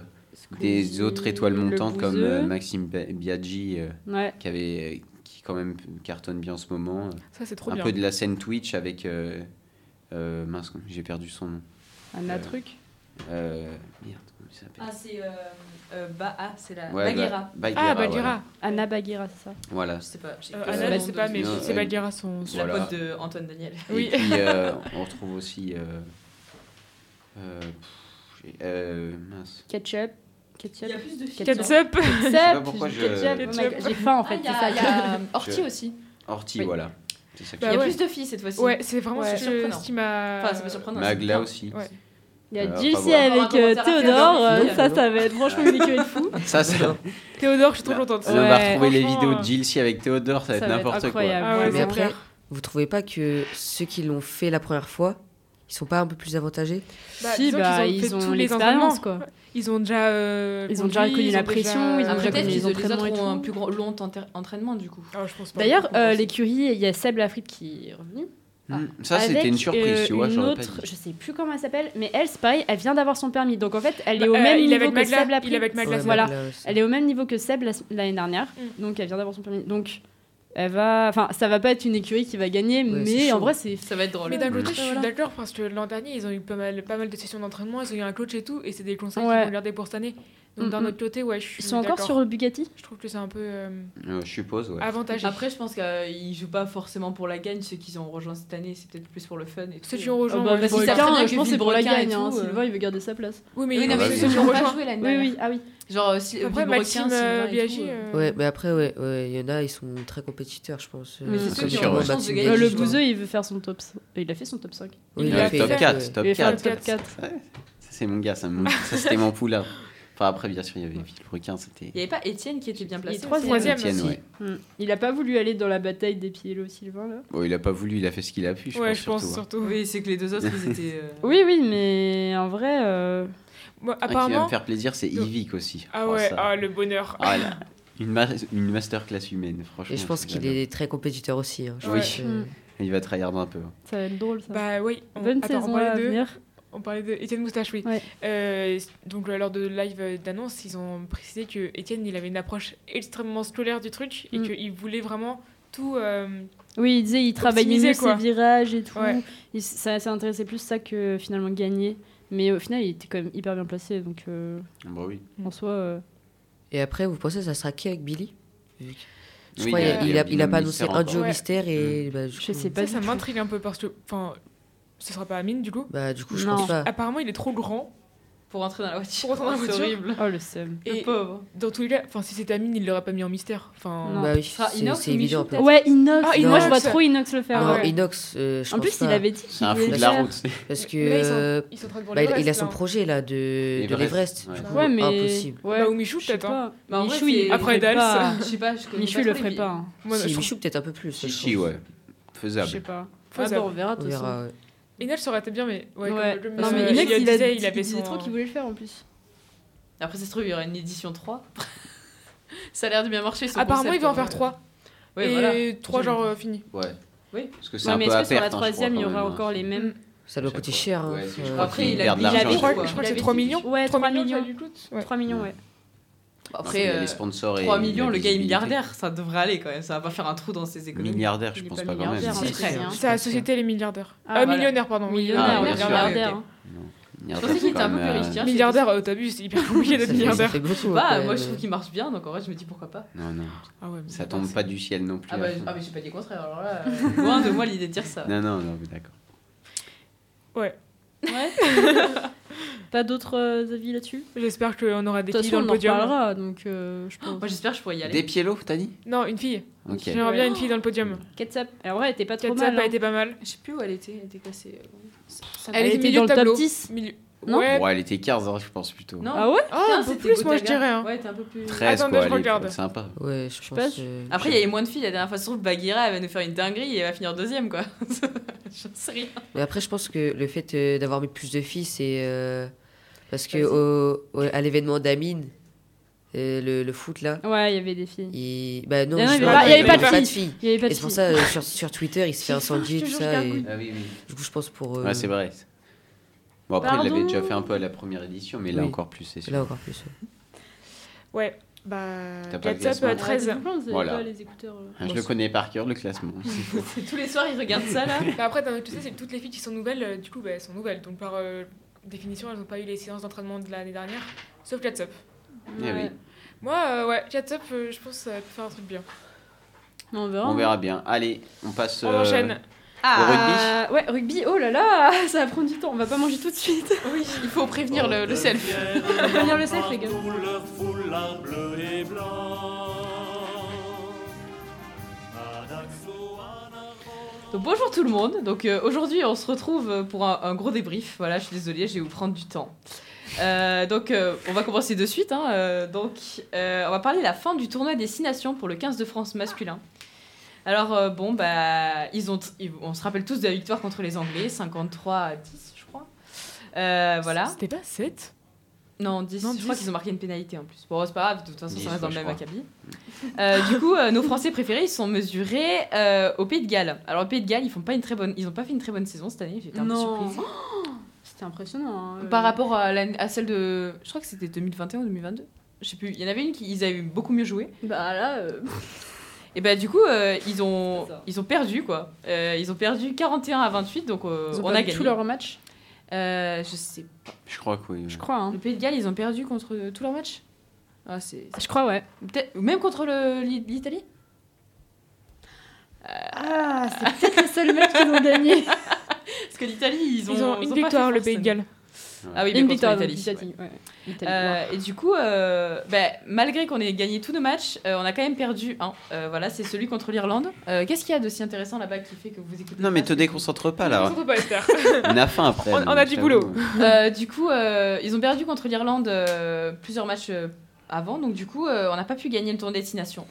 Speaker 1: des autres étoiles
Speaker 5: Le
Speaker 1: montantes comme
Speaker 5: Bouzeux.
Speaker 1: euh, Maxime Ba- Biaggi, euh,
Speaker 5: Ouais.
Speaker 1: qui, avait, euh, qui quand même cartonne bien en ce moment.
Speaker 7: Ça, c'est trop
Speaker 1: Un
Speaker 7: bien.
Speaker 1: peu de la scène Twitch avec... euh, euh, mince, j'ai perdu son nom.
Speaker 5: Un
Speaker 1: Euh,
Speaker 5: truc.
Speaker 1: Euh, merde, comment il s'appelle
Speaker 8: Ah, c'est. euh, euh, bah, ah, c'est la.
Speaker 1: Ouais, bah,
Speaker 8: Bagheera.
Speaker 7: Ah,
Speaker 1: Bagheera,
Speaker 7: Bagheera.
Speaker 5: Anna Bagheera, c'est ça.
Speaker 1: Voilà.
Speaker 8: Je sais pas.
Speaker 7: Euh,
Speaker 1: Euh,
Speaker 7: Anna, je sais pas, mais
Speaker 1: non,
Speaker 7: c'est
Speaker 1: euh,
Speaker 7: Bagheera son.
Speaker 8: C'est la
Speaker 1: Voilà.
Speaker 8: pote de Antoine Daniel.
Speaker 7: Oui.
Speaker 1: Et puis, euh, on retrouve aussi... euh, euh, pff, j'ai- euh, mince.
Speaker 5: Ketchup. Ketchup.
Speaker 8: Il y a plus de filles. hein. Ah,
Speaker 5: Ketchup.
Speaker 7: Catsup
Speaker 5: Ketchup.
Speaker 1: sais pas pourquoi je-
Speaker 5: ketchup, oh my God, J'ai faim en fait,
Speaker 8: il y
Speaker 5: c'est ça.
Speaker 8: a, y a Orti
Speaker 1: Orti
Speaker 8: aussi.
Speaker 1: Orti,
Speaker 5: Oui.
Speaker 1: voilà. C'est ça que
Speaker 8: Il
Speaker 7: Bah
Speaker 8: y a
Speaker 7: ouais.
Speaker 8: plus de filles cette fois-ci.
Speaker 7: Ouais, c'est vraiment
Speaker 5: Ouais.
Speaker 7: ce que- ce qui m'a.
Speaker 8: Enfin, c'est pas surprenant. c'est
Speaker 1: Magla
Speaker 8: bien.
Speaker 1: aussi.
Speaker 7: Ouais.
Speaker 5: Il y a
Speaker 1: Euh,
Speaker 5: Jill
Speaker 1: enfin,
Speaker 5: C
Speaker 1: voilà.
Speaker 5: avec
Speaker 8: On va
Speaker 5: euh,
Speaker 8: commencer à faire
Speaker 5: Théodore.
Speaker 8: des
Speaker 5: euh,
Speaker 8: filles,
Speaker 5: Ça,
Speaker 8: alors.
Speaker 5: ça va être franchement une écurie de fou.
Speaker 1: Ça, ça-
Speaker 7: Théodore, je suis trop contente.
Speaker 1: on va
Speaker 5: Ouais.
Speaker 1: retrouver les
Speaker 7: Franchement,
Speaker 1: vidéos
Speaker 7: euh,
Speaker 1: de Gilles avec Théodore, ça va être n'importe quoi.
Speaker 5: incroyable.
Speaker 7: Ah ouais,
Speaker 6: Mais
Speaker 7: c'est
Speaker 6: après,
Speaker 7: clair.
Speaker 6: Vous trouvez pas que ceux qui l'ont fait la première fois, ils sont pas un peu plus avantagés
Speaker 7: Bah,
Speaker 5: si,
Speaker 7: disons qu'ils
Speaker 5: bah,
Speaker 7: ont fait
Speaker 5: ils ont
Speaker 7: tous les
Speaker 5: l'expérience
Speaker 7: entraînements.
Speaker 5: quoi.
Speaker 7: Ils ont déjà. euh,
Speaker 5: Ils ont déjà
Speaker 7: conduit,
Speaker 5: reconnu la
Speaker 7: ont
Speaker 5: pression, ils ont déjà
Speaker 8: Après, peut-être
Speaker 5: connu
Speaker 8: qu'ils
Speaker 5: les
Speaker 8: les
Speaker 5: entraînements
Speaker 8: autres
Speaker 5: et
Speaker 8: ont un
Speaker 5: tout.
Speaker 8: plus grand long enter- entraînement du coup.
Speaker 7: Ah, je pense pas
Speaker 5: D'ailleurs,
Speaker 7: beaucoup,
Speaker 5: euh,
Speaker 7: je pense.
Speaker 5: l'écurie, il y a Seb l'Afrique qui est revenu.
Speaker 6: Ah.
Speaker 1: Hmm, Ça, c'était
Speaker 5: Avec,
Speaker 1: une surprise,
Speaker 5: euh,
Speaker 1: tu vois,
Speaker 5: une
Speaker 1: j'aurais pas
Speaker 5: autre,
Speaker 1: dit.
Speaker 5: je sais plus comment elle s'appelle, mais elle, c'est pareil, elle vient d'avoir son permis. Donc en fait, elle est au
Speaker 7: Bah, euh,
Speaker 5: même
Speaker 7: il est
Speaker 5: niveau
Speaker 7: avec
Speaker 5: que
Speaker 7: Magla,
Speaker 5: Seb
Speaker 7: il est
Speaker 5: l'Afrique.
Speaker 7: avec Magla.
Speaker 6: Ouais,
Speaker 5: Voilà.
Speaker 6: Magla aussi.
Speaker 5: Elle est au même niveau que Seb la- l'année dernière,
Speaker 7: Mm.
Speaker 5: donc elle vient d'avoir son permis. Donc elle va, enfin ça va pas être une écurie qui va gagner, mais
Speaker 6: c'est
Speaker 5: en
Speaker 6: chaud.
Speaker 5: vrai c'est
Speaker 8: Ça va être drôle.
Speaker 7: Mais d'un
Speaker 1: Mm.
Speaker 7: côté, je suis
Speaker 5: Voilà.
Speaker 7: d'accord parce que l'an dernier, ils ont eu pas mal, pas mal de sessions d'entraînement, ils ont eu un coach et tout, et c'est des conseils
Speaker 5: Ouais.
Speaker 7: qu'ils vont garder pour cette année. Donc
Speaker 5: Mm,
Speaker 7: d'un
Speaker 5: mm.
Speaker 7: autre côté, ouais, je suis.
Speaker 5: ils sont encore
Speaker 7: d'accord.
Speaker 5: sur le Bugatti.
Speaker 7: Je trouve que c'est un peu euh,
Speaker 1: Euh, je suppose,
Speaker 5: Ah,
Speaker 1: ouais.
Speaker 7: avantageux.
Speaker 8: Après, je pense qu'ils jouent pas forcément pour la gagne. Ceux qu'ils ont rejoint cette année, c'est peut-être plus pour le fun. Et
Speaker 7: Ceux
Speaker 8: tout.
Speaker 7: qui ont rejoint.
Speaker 5: Oh, bah,
Speaker 7: ouais.
Speaker 8: parce qu'ils
Speaker 5: Villebrequin,
Speaker 8: savent très bien que
Speaker 5: je pense que c'est pour la
Speaker 8: Villebrequin et
Speaker 5: gagne. hein,
Speaker 8: tout, euh.
Speaker 5: Sylvain il veut garder sa place.
Speaker 7: Oui, mais,
Speaker 8: Oui, non, mais
Speaker 1: Ah bah oui.
Speaker 8: ceux qui ont rejoint.
Speaker 5: Oui oui ah oui.
Speaker 8: Genre, euh, si,
Speaker 7: Après, Maxime euh, Biaggi. euh,
Speaker 6: Ouais, mais après, ouais, ouais, il y en a, ils sont très compétiteurs, je pense.
Speaker 5: Mais c'est ceux
Speaker 1: qui ont
Speaker 6: sûrement
Speaker 1: la
Speaker 8: chance de
Speaker 6: Maxime
Speaker 8: gagner.
Speaker 5: Euh,
Speaker 8: Et
Speaker 5: le
Speaker 8: je-
Speaker 5: bouseux il veut faire son top, c- il a fait son top 5.
Speaker 6: Oui,
Speaker 7: Il
Speaker 6: il
Speaker 1: Euh,
Speaker 7: l'a
Speaker 6: a fait.
Speaker 7: fait.
Speaker 1: top
Speaker 7: ouais.
Speaker 1: 4, top
Speaker 5: il veut faire le
Speaker 1: 4.
Speaker 5: top 4.
Speaker 1: C'est mon gars, ça, mon- ça, c'était mon poulain. Enfin, après, bien sûr, il y avait Villebrequin, c'était.
Speaker 8: Il n'y avait pas Étienne qui était bien placé. euh,
Speaker 5: Il est troisième.
Speaker 7: Troisième.
Speaker 1: Étienne,
Speaker 7: aussi.
Speaker 1: ouais.
Speaker 5: Hmm. Il a pas voulu aller dans la bataille des pieds Sylvain là.
Speaker 1: Bon, il a pas voulu, il a fait ce qu'il a pu, je
Speaker 7: ouais,
Speaker 1: pense,
Speaker 7: je pense
Speaker 1: surtout, hein.
Speaker 7: surtout.
Speaker 8: Oui, c'est que les deux autres, ils étaient. euh,
Speaker 5: Oui, oui, mais en vrai, euh,
Speaker 7: Moi,
Speaker 1: Un qui va me
Speaker 7: apparemment.
Speaker 1: faire plaisir, c'est
Speaker 7: Non.
Speaker 1: Yvick aussi.
Speaker 7: Ah
Speaker 1: Oh,
Speaker 7: ouais,
Speaker 1: ça.
Speaker 7: ah, le bonheur.
Speaker 1: Ah, elle a une, ma- une masterclass humaine, franchement.
Speaker 6: Et je pense
Speaker 1: c'est
Speaker 6: qu'il
Speaker 1: j'adore.
Speaker 6: est très compétiteur aussi. hein. Je
Speaker 7: Oui.
Speaker 6: pense, euh,
Speaker 5: Mm.
Speaker 1: Il va tryhard un peu. hein.
Speaker 5: ça va être drôle ça.
Speaker 7: Bah oui, on,
Speaker 5: Bonne
Speaker 7: attends, on
Speaker 5: saison à
Speaker 7: parlait de,
Speaker 5: venir.
Speaker 7: on parlait de Étienne Moustache, oui.
Speaker 5: Ouais.
Speaker 7: Euh, donc euh, lors de live euh, d'annonce, ils ont précisé que Étienne, il avait une approche extrêmement scolaire du truc et
Speaker 5: Mm.
Speaker 7: qu'il voulait vraiment tout. euh,
Speaker 5: Oui, il disait il travaillait
Speaker 7: Optimiser,
Speaker 5: mieux
Speaker 7: quoi.
Speaker 5: ses virages et tout.
Speaker 7: Ouais.
Speaker 5: Il- ça, ça intéressait plus ça que finalement gagner. Mais au final, il était quand même hyper bien placé. Donc euh,
Speaker 1: Bah oui.
Speaker 5: en soi, euh,
Speaker 6: Et après, vous pensez, ça sera qui avec Billy Je
Speaker 1: Oui,
Speaker 6: crois qu'il
Speaker 7: y a-
Speaker 6: a,
Speaker 7: il
Speaker 6: il a, il a pas annoncé
Speaker 1: mystère
Speaker 6: un
Speaker 1: encore.
Speaker 6: duo
Speaker 7: Ouais.
Speaker 6: mystère et. Bah, du
Speaker 5: je
Speaker 6: coup-
Speaker 5: sais
Speaker 7: ça,
Speaker 5: pas. du
Speaker 7: ça
Speaker 5: tout.
Speaker 7: m'intrigue un peu parce que. Enfin, ce sera pas Amine du coup.
Speaker 6: Bah, du coup, je
Speaker 5: Non.
Speaker 6: pense pas.
Speaker 7: Apparemment, il est trop grand.
Speaker 8: Pour rentrer dans la voiture.
Speaker 7: Pour rentrer dans la
Speaker 8: C'est
Speaker 7: voiture.
Speaker 8: horrible.
Speaker 5: Oh le seum.
Speaker 7: Et
Speaker 8: Le pauvre.
Speaker 7: dans tous les cas, enfin, si c'était Amine, il l'aurait pas mis en mystère. Enfin,
Speaker 5: Non.
Speaker 6: Bah oui,
Speaker 8: sera
Speaker 6: c'est
Speaker 8: Inox
Speaker 6: c'est
Speaker 8: ou Michou,
Speaker 6: évident. peut-être.
Speaker 8: peut-être
Speaker 5: Ouais, Inox.
Speaker 7: Ah,
Speaker 5: Moi, je vois
Speaker 7: Inox.
Speaker 5: trop Inox le faire.
Speaker 7: Ah
Speaker 6: Non,
Speaker 5: ouais.
Speaker 7: ouais.
Speaker 6: Inox, euh, je
Speaker 5: En
Speaker 6: pense
Speaker 5: plus,
Speaker 6: pas.
Speaker 5: il avait dit
Speaker 1: C'est
Speaker 5: qu'il
Speaker 1: un
Speaker 5: voulait
Speaker 1: fou de
Speaker 5: faire.
Speaker 1: la route. c'est-
Speaker 6: Parce que.
Speaker 7: Mais là, ils sont-
Speaker 6: euh,
Speaker 7: ils sont en train de
Speaker 6: bah,
Speaker 7: voir
Speaker 6: il, il a son projet là de de
Speaker 1: Everest,
Speaker 6: l'Everest. Du
Speaker 1: ouais.
Speaker 6: coup,
Speaker 5: Ouais, mais.
Speaker 6: Impossible.
Speaker 5: Ouais,
Speaker 7: Bah, ou Michou,
Speaker 5: je sais
Speaker 7: peut-être, hein.
Speaker 5: pas.
Speaker 8: Mais en vrai,
Speaker 5: Michou, il.
Speaker 8: c'est-
Speaker 7: Après euh,
Speaker 5: il ferait
Speaker 7: Dals.
Speaker 5: pas-
Speaker 8: Je sais pas, je connais
Speaker 5: Michou,
Speaker 8: pas
Speaker 5: il le
Speaker 8: trop les
Speaker 5: ferait
Speaker 8: vies.
Speaker 5: pas. hein.
Speaker 7: Moi,
Speaker 6: Si,
Speaker 7: je trouve-
Speaker 6: Michou, peut-être un peu plus. je
Speaker 1: Si, si,
Speaker 6: pense.
Speaker 1: ouais.
Speaker 5: Je
Speaker 1: Faisable.
Speaker 5: sais pas.
Speaker 7: Faisable.
Speaker 5: Ah bah, on verra de
Speaker 6: On
Speaker 5: toute façon.
Speaker 6: verra. ouais.
Speaker 7: Inel, ça aurait été bien, mais. Ouais,
Speaker 5: Ouais.
Speaker 7: comme- comme,
Speaker 5: Non,
Speaker 7: euh,
Speaker 5: mais
Speaker 7: il
Speaker 5: Inox,
Speaker 7: le
Speaker 5: il, a
Speaker 7: disait,
Speaker 5: dit-
Speaker 7: il avait
Speaker 5: il disait
Speaker 7: son-
Speaker 5: trop qu'il voulait le faire en plus.
Speaker 8: Après, ça se trouve, il y aura une édition 3. ça a l'air de bien marcher. ce
Speaker 7: Apparemment, il
Speaker 8: concept,
Speaker 7: va en
Speaker 8: hein.
Speaker 7: faire 3.
Speaker 8: Ouais,
Speaker 7: et
Speaker 8: voilà.
Speaker 7: 3 genre euh, fini.
Speaker 1: Ouais.
Speaker 8: Oui.
Speaker 1: Parce que c'est
Speaker 5: Ouais,
Speaker 1: un
Speaker 5: mais
Speaker 1: peu
Speaker 5: est-ce
Speaker 1: à
Speaker 5: que sur la
Speaker 1: perte, hein, je
Speaker 5: troisième, il y
Speaker 1: crois, quand
Speaker 5: aura
Speaker 1: même,
Speaker 5: encore
Speaker 1: hein.
Speaker 5: les mêmes
Speaker 6: Ça doit
Speaker 1: Chaque
Speaker 6: coûter
Speaker 1: fois.
Speaker 6: cher. hein.
Speaker 1: Ouais, je
Speaker 6: Euh,
Speaker 1: crois
Speaker 8: Après,
Speaker 1: qu'il
Speaker 8: il a-
Speaker 1: perd de
Speaker 8: il a-
Speaker 1: l'argent,
Speaker 8: je
Speaker 7: Je crois,
Speaker 1: sais
Speaker 8: crois.
Speaker 1: pas.
Speaker 7: je crois que
Speaker 8: Il
Speaker 7: c'est
Speaker 8: avait
Speaker 7: 3
Speaker 8: dit-
Speaker 7: millions.
Speaker 5: Ouais,
Speaker 7: 3
Speaker 5: 3
Speaker 7: millions.
Speaker 5: millions.
Speaker 7: ça lui coûte. Ouais.
Speaker 5: Trois millions, ouais.
Speaker 1: Il y
Speaker 8: Après,
Speaker 1: a les
Speaker 8: euh,
Speaker 1: sponsors et
Speaker 8: 3
Speaker 1: la
Speaker 8: millions, le gars est
Speaker 1: visibilité.
Speaker 8: milliardaire. Ça devrait aller quand même. Ça va pas faire un trou dans ses économies.
Speaker 1: Milliardaire,
Speaker 5: Il
Speaker 1: je
Speaker 5: est
Speaker 1: pense
Speaker 5: pas
Speaker 1: pas quand même.
Speaker 5: milliardaire,
Speaker 8: Si,
Speaker 5: en
Speaker 8: très
Speaker 5: fait,
Speaker 8: bien.
Speaker 5: hein.
Speaker 7: C'est la société les milliardaires.
Speaker 5: Ah,
Speaker 7: Euh,
Speaker 5: voilà.
Speaker 7: millionnaires, pardon.
Speaker 5: Millionnaire,
Speaker 1: Ah,
Speaker 5: ouais,
Speaker 1: bien sûr.
Speaker 5: milliardaire. hein.
Speaker 8: Je pensais qu'il était un peu plus riche. tiens, je sais
Speaker 7: Milliardaire, euh, t'as vu, c'est hyper compliqué
Speaker 6: ça
Speaker 7: d'être
Speaker 6: fait- Ça
Speaker 7: milliardaire.
Speaker 6: fait beaucoup.
Speaker 8: pas.
Speaker 6: quand
Speaker 8: Bah, Moi,
Speaker 6: même.
Speaker 8: je trouve qu'il marche bien. Donc en vrai, je me dis pourquoi pas.
Speaker 1: Non, non.
Speaker 7: Ah ouais, mais-
Speaker 1: Ça tombe pas du ciel non plus.
Speaker 8: Ah bah,
Speaker 1: à fond.
Speaker 8: ah, mais j'ai pas dit le contraire. Alors là, euh, loin de moi l'idée de dire ça.
Speaker 1: Non, non, non, mais d'accord.
Speaker 5: Ouais. pas d'autres euh, avis là-dessus
Speaker 7: J'espère qu'on aura
Speaker 5: De
Speaker 7: des
Speaker 5: toute
Speaker 7: filles
Speaker 5: façon,
Speaker 7: dans le
Speaker 5: on en
Speaker 7: podium.
Speaker 5: reparlera, donc euh, je pense.
Speaker 8: Moi, j'espère que je pourrais y
Speaker 1: Des
Speaker 8: aller.
Speaker 1: pielos, t'as dit
Speaker 7: Non, une fille.
Speaker 1: Ok.
Speaker 7: J'aimerais bien une fille dans le podium.
Speaker 5: Ketsap, en vrai, elle était pas trop
Speaker 7: Katsap
Speaker 5: mal.
Speaker 7: a
Speaker 5: hein.
Speaker 7: été pas mal.
Speaker 8: Je sais plus où elle était. Elle était classée. euh, ça-
Speaker 7: Elle était
Speaker 5: était
Speaker 7: milieu
Speaker 5: dans
Speaker 7: de
Speaker 5: le top
Speaker 7: tableau.
Speaker 5: 10.
Speaker 7: Milieu-
Speaker 5: Non
Speaker 7: Ouais.
Speaker 1: Bon, elle était 15, hein, je pense plutôt.
Speaker 8: Non.
Speaker 5: Ah ouais
Speaker 7: Ah, un peu
Speaker 8: c'était
Speaker 7: plus, moi, je
Speaker 8: Gotaga.
Speaker 7: dirais, hein.
Speaker 8: Ouais, t'es un peu plus.
Speaker 1: Treize,
Speaker 7: Attendez,
Speaker 1: quoi,
Speaker 7: je
Speaker 1: elle est
Speaker 7: regarde.
Speaker 1: Sympa.
Speaker 6: Ouais, je
Speaker 5: pas,
Speaker 6: pense.
Speaker 5: je-
Speaker 6: euh,
Speaker 8: Après, il y avait moins de filles la dernière fois. Sauf Bagheera, elle va nous faire une dinguerie et elle va finir deuxième, quoi. J'en sais rien.
Speaker 6: Mais après, je pense que le fait euh, d'avoir mis plus de filles, c'est. euh, parce que
Speaker 8: Vas-y.
Speaker 6: au, au- à l'événement d'Amine, euh, le, le foot là,
Speaker 5: Ouais, il y avait des filles.
Speaker 6: il. Bah non,
Speaker 5: Ah non, il y
Speaker 6: justement,
Speaker 7: avait pas- il y avait
Speaker 5: pas de
Speaker 6: filles.
Speaker 5: Il y avait pas
Speaker 6: Et
Speaker 5: de
Speaker 6: c'est
Speaker 5: filles.
Speaker 6: pour ça, euh, sur, sur Twitter, il se fait incendier,
Speaker 5: Je
Speaker 6: tout
Speaker 5: jure,
Speaker 6: ça.
Speaker 5: je
Speaker 6: Et,
Speaker 1: Ah oui, oui.
Speaker 6: du coup, je pense pour. euh,
Speaker 1: Ouais, c'est vrai. Bon, après, il l'avait
Speaker 5: Pardon.
Speaker 1: déjà fait un peu à la première édition, mais là
Speaker 6: Oui.
Speaker 1: encore plus, c'est sûr.
Speaker 6: Là encore plus.
Speaker 7: Ouais. Bah.
Speaker 1: T'as pas le
Speaker 7: Katsap
Speaker 1: classement.
Speaker 7: à 13.
Speaker 1: Voilà. pas
Speaker 5: les écouteurs.
Speaker 1: Je le connais par cœur, le classement.
Speaker 8: Tous les soirs, ils regardent ça, là.
Speaker 7: Bah après, d'un autre côté, c'est que toutes les filles qui sont nouvelles, euh, du coup, bah, elles sont nouvelles. Donc, par euh, définition, elles n'ont pas eu les séances d'entraînement de l'année dernière, sauf Katsup.
Speaker 1: Eh oui.
Speaker 7: Moi, euh, ouais, Katsup, euh, je pense que ça peut faire un truc bien.
Speaker 5: On verra.
Speaker 1: On verra bien. Allez, on passe
Speaker 7: On
Speaker 1: euh,
Speaker 7: enchaîne.
Speaker 1: au
Speaker 8: Ah,
Speaker 1: rugby.
Speaker 5: Euh, ouais, rugby, oh là là, ça va prendre du temps, on va pas manger tout de suite.
Speaker 8: oui, Oh, il faut prévenir le, le self.
Speaker 5: On va venir le self, les gars.
Speaker 8: Donc, bonjour tout le monde. Donc euh, aujourd'hui, on se retrouve euh, pour un, un gros débrief. Voilà, je suis désolée, je vais vous prendre du temps. Euh, donc euh, on va commencer de suite. hein. Euh, donc euh, on va parler de la fin du tournoi des six nations pour le 15 de France masculin. Alors euh, bon bah ils ont ils- on se rappelle tous de la victoire contre les Anglais 53 à 10 je crois. Euh, voilà.
Speaker 7: C'était pas 7
Speaker 8: Non, 10.
Speaker 7: Non,
Speaker 8: je crois
Speaker 7: 10.
Speaker 8: qu'ils ont marqué une pénalité en plus. Bon, c'est pas grave, de toute façon,
Speaker 1: 10,
Speaker 8: ça reste dans
Speaker 1: ouais,
Speaker 8: le
Speaker 1: je
Speaker 8: même acabit. Euh, du coup, euh, nos Français préférés, ils sont mesurés euh, au Pays de Galles. Alors, au Pays de Galles, ils font pas une très bonne, ils ont pas fait une très bonne saison cette année. J'étais un peu
Speaker 5: Non.
Speaker 8: surprise.
Speaker 5: C'était impressionnant. hein, euh.
Speaker 8: Par rapport à, l'année- à celle de, je crois que c'était 2021 ou 2022. Je sais plus. Il y en avait une qui ils avaient beaucoup mieux joué.
Speaker 5: Bah là. euh,
Speaker 8: Et bah du coup, euh, ils ont,
Speaker 5: C'est ça.
Speaker 8: ils ont perdu quoi. Euh, ils ont perdu 41 à 28, donc euh,
Speaker 5: ils ont
Speaker 8: on a
Speaker 5: perdu
Speaker 8: gagné.
Speaker 5: tout leur match,
Speaker 8: Euh, je sais. pas.
Speaker 1: Je crois que oui.
Speaker 5: je crois. hein.
Speaker 8: Le Pays de Galles, ils ont perdu contre tout leur match. Ah c'est.
Speaker 5: Je crois, ouais.
Speaker 8: Peut-être- Même contre le- l'I- l'Italie
Speaker 5: Ah, c'est peut-être le seul match qu'ils ont gagné.
Speaker 8: Parce que l'Italie, ils ont,
Speaker 7: Ils ont
Speaker 8: ils
Speaker 7: une
Speaker 8: ont pas
Speaker 7: victoire,
Speaker 8: fait
Speaker 7: le Pays de
Speaker 8: forcément.
Speaker 7: Galles.
Speaker 8: Ah oui, mais
Speaker 5: Une
Speaker 8: contre
Speaker 5: victoire
Speaker 8: l'Italie,
Speaker 5: donc, Italie, ouais. Italie,
Speaker 8: Euh, et du coup, euh, bah, malgré qu'on ait gagné tous nos matchs, euh, on a quand même perdu un. Euh, voilà, c'est celui contre l'Irlande. Euh, Qu'est-ce qu'il y a de si intéressant là-bas qui fait que vous écoutez
Speaker 1: Non, mais te
Speaker 8: pas ce que-
Speaker 1: déconcentre pas là.
Speaker 7: Surtout pas Esther.
Speaker 1: On a faim après.
Speaker 7: On- on a
Speaker 1: donc,
Speaker 7: du
Speaker 1: j'avoue.
Speaker 7: boulot.
Speaker 8: Euh, Du coup, euh, ils ont perdu contre l'Irlande euh, plusieurs matchs euh, avant, donc du coup, euh, on n'a pas pu gagner le tour des destination.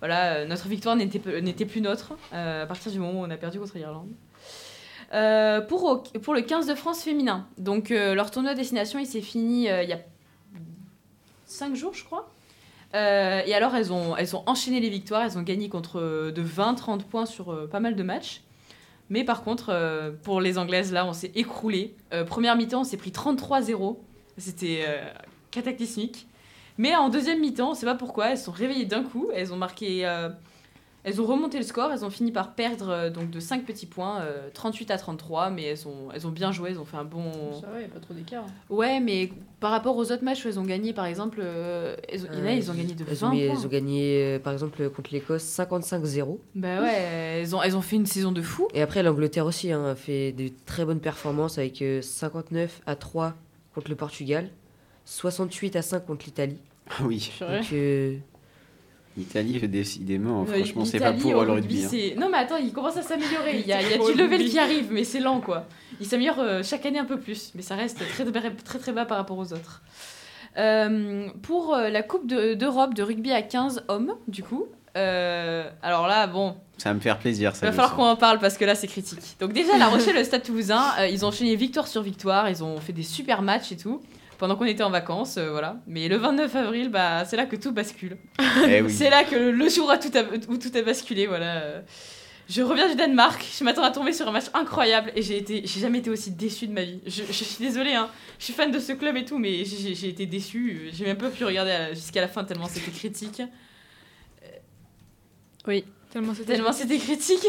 Speaker 8: Voilà, euh, notre victoire n'était pe- n'était plus notre euh, à partir du moment où on a perdu contre l'Irlande. Euh, pour, au- pour le 15 de France féminin, donc euh, leur tournoi destination, il s'est fini euh, il y a 5 jours, je crois. Euh, et alors, elles ont, elles ont enchaîné les victoires, elles ont gagné contre euh, de 20-30 points sur euh, pas mal de matchs. Mais par contre, euh, pour les Anglaises, là, on s'est écroulé. Euh, première mi-temps, on s'est pris 33-0. C'était euh, cataclysmique. Mais en deuxième mi-temps, on ne sait pas pourquoi, elles se sont réveillées d'un coup. Elles ont marqué. euh, elles ont remonté le score. Elles ont fini par perdre euh, donc de 5 petits points, euh, 38 à 33. Mais elles ont, elles ont bien joué. Elles ont fait un bon.
Speaker 5: Ça va, y a pas trop d'écart. hein.
Speaker 8: Ouais, mais par rapport aux autres matchs où elles ont gagné, par exemple, euh, elles ont, il y en a,
Speaker 6: Euh,
Speaker 8: ils ont gagné de
Speaker 6: Elles ont,
Speaker 8: 20
Speaker 6: mis-
Speaker 8: points.
Speaker 6: elles ont gagné, euh, par exemple, contre l'Écosse 55-0.
Speaker 8: Bah ouais, elles ont, elles ont fait une saison de fou.
Speaker 6: Et après, l'Angleterre aussi hein, a fait de très bonnes performances avec euh, 59 à 3 contre le Portugal, 68 à 5 contre l'Italie.
Speaker 1: Ah oui,
Speaker 6: Donc, euh,
Speaker 1: l'Italie, décidément,
Speaker 8: Euh,
Speaker 1: hein, franchement, c'est pas
Speaker 8: l'Italie
Speaker 1: pour
Speaker 8: au
Speaker 1: euh, le rugby. hein.
Speaker 8: c'est- Non, mais attends, il commence à s'améliorer. Il y a, il y a
Speaker 7: Au
Speaker 8: du level
Speaker 7: rugby.
Speaker 8: qui arrive, mais c'est lent, quoi. Il s'améliore euh, chaque année un peu plus, mais ça reste très très, très, très bas par rapport aux autres. Euh, pour euh, la Coupe de- d'Europe de, rugby à 15 hommes, du coup. euh, alors là, bon,
Speaker 1: hein. Ça va me faire plaisir, ça.
Speaker 8: il va
Speaker 1: je
Speaker 8: falloir
Speaker 1: sens.
Speaker 8: qu'on en parle parce que là c'est critique. Donc déjà La Rochelle, le Stade Toulousain, euh, ils ont enchaîné victoire sur victoire, ils ont fait des super matchs et tout pendant qu'on était en vacances, euh, voilà. Mais le 29 avril, bah c'est là que tout bascule.
Speaker 1: Eh oui.
Speaker 8: C'est là que le, le jour à tout a, où tout a basculé, voilà. Euh, Je reviens du Danemark, je m'attends à tomber sur un match incroyable et j'ai été, j'ai jamais été aussi déçu de ma vie. Je, je suis désolée, hein. Je suis fan de ce club et tout, mais j'ai- j'ai j'ai été déçu. J'ai même pas pu regarder à la- jusqu'à la fin tellement c'était critique.
Speaker 7: Tellement c'était.
Speaker 8: Tellement c'était critique.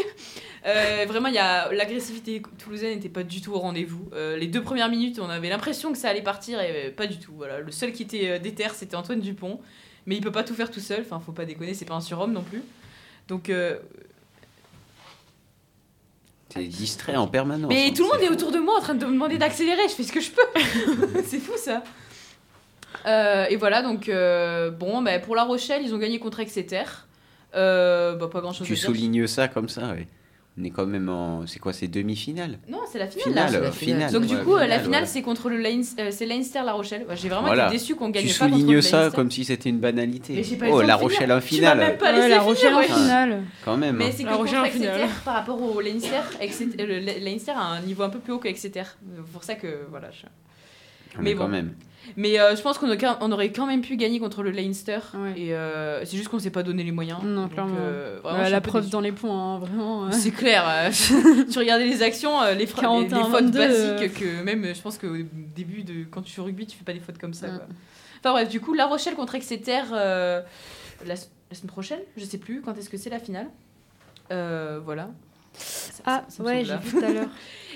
Speaker 8: Euh, vraiment, il y a- l'agressivité toulousaine n'était pas du tout au rendez-vous. Euh, les deux premières minutes, on avait l'impression que ça allait partir et euh, pas du tout. Voilà. Le seul qui était euh, déter, c'était Antoine Dupont. Mais il peut pas tout faire tout seul. Enfin, faut pas déconner, c'est pas un surhomme non plus. Donc, euh,
Speaker 1: T'es distrait en permanence.
Speaker 8: mais
Speaker 1: hein,
Speaker 8: tout le monde
Speaker 1: c'est
Speaker 8: est autour de moi en train de me demander d'accélérer. Je fais ce que je peux. c'est fou ça. Euh, et voilà, donc euh, bon, bah, pour La Rochelle, ils ont gagné contre Exeter. Euh, bah, pas grand chose
Speaker 1: Tu soulignes ça comme ça, ouais. On est quand même en. C'est quoi, c'est demi-finale
Speaker 8: Non, c'est la finale, là.
Speaker 1: Finale,
Speaker 6: c'est la
Speaker 1: euh, finale.
Speaker 6: finale.
Speaker 8: Donc
Speaker 1: ouais,
Speaker 8: du coup, euh, la
Speaker 1: finale,
Speaker 8: finale,
Speaker 1: ouais.
Speaker 8: c'est contre le Leinster, euh, c'est Leinster La Rochelle. Ouais, J'ai vraiment
Speaker 1: Voilà.
Speaker 8: été déçu qu'on gagne
Speaker 1: Tu
Speaker 8: pas contre le
Speaker 1: soulignes ça
Speaker 8: Leinster.
Speaker 1: comme si c'était une banalité.
Speaker 8: Mais j'ai pas eu le
Speaker 1: oh,
Speaker 8: temps de
Speaker 1: la
Speaker 8: finir.
Speaker 1: Rochelle en
Speaker 8: Tu m'as
Speaker 1: finale,
Speaker 8: même pas laissé
Speaker 5: la
Speaker 8: finir,
Speaker 5: Rochelle en
Speaker 8: ouais.
Speaker 5: finale.
Speaker 1: quand même.
Speaker 8: Mais
Speaker 1: hein.
Speaker 8: c'est que
Speaker 7: La Rochelle
Speaker 8: contre
Speaker 7: en finale.
Speaker 8: Exeter, par rapport au Leinster, Exeter- euh, le Le- Leinster a un niveau un peu plus haut que Exeter. C'est pour ça que voilà. je- mais
Speaker 1: Mais quand
Speaker 8: bon.
Speaker 1: même.
Speaker 8: Mais euh, je pense qu'on aurait quand- on aurait quand même pu gagner contre le Leinster.
Speaker 5: Ouais.
Speaker 8: Et euh, c'est juste qu'on s'est pas donné les moyens.
Speaker 5: Non,
Speaker 8: Donc,
Speaker 5: clairement.
Speaker 8: euh, vraiment,
Speaker 5: Ouais,
Speaker 8: je suis un
Speaker 5: la
Speaker 8: peu
Speaker 5: preuve
Speaker 8: déçue.
Speaker 5: dans les points, hein, vraiment. hein.
Speaker 8: C'est clair. euh, tu regardais les actions, euh, les, fra- les- les
Speaker 5: 41,
Speaker 8: fautes
Speaker 5: 22, euh.
Speaker 8: basiques que même, euh, je pense qu'au début de quand tu joues au rugby, tu fais pas des fautes comme ça.
Speaker 5: Mm.
Speaker 8: quoi. Enfin bref, du coup, La Rochelle contre Exeter euh, la, s- la semaine prochaine, je sais plus quand est-ce que c'est la finale. Euh, voilà. Ça-
Speaker 9: Ah,
Speaker 8: ça- ça me
Speaker 9: ouais,
Speaker 8: semble
Speaker 9: j'ai
Speaker 8: là.
Speaker 9: vu tout à l'heure.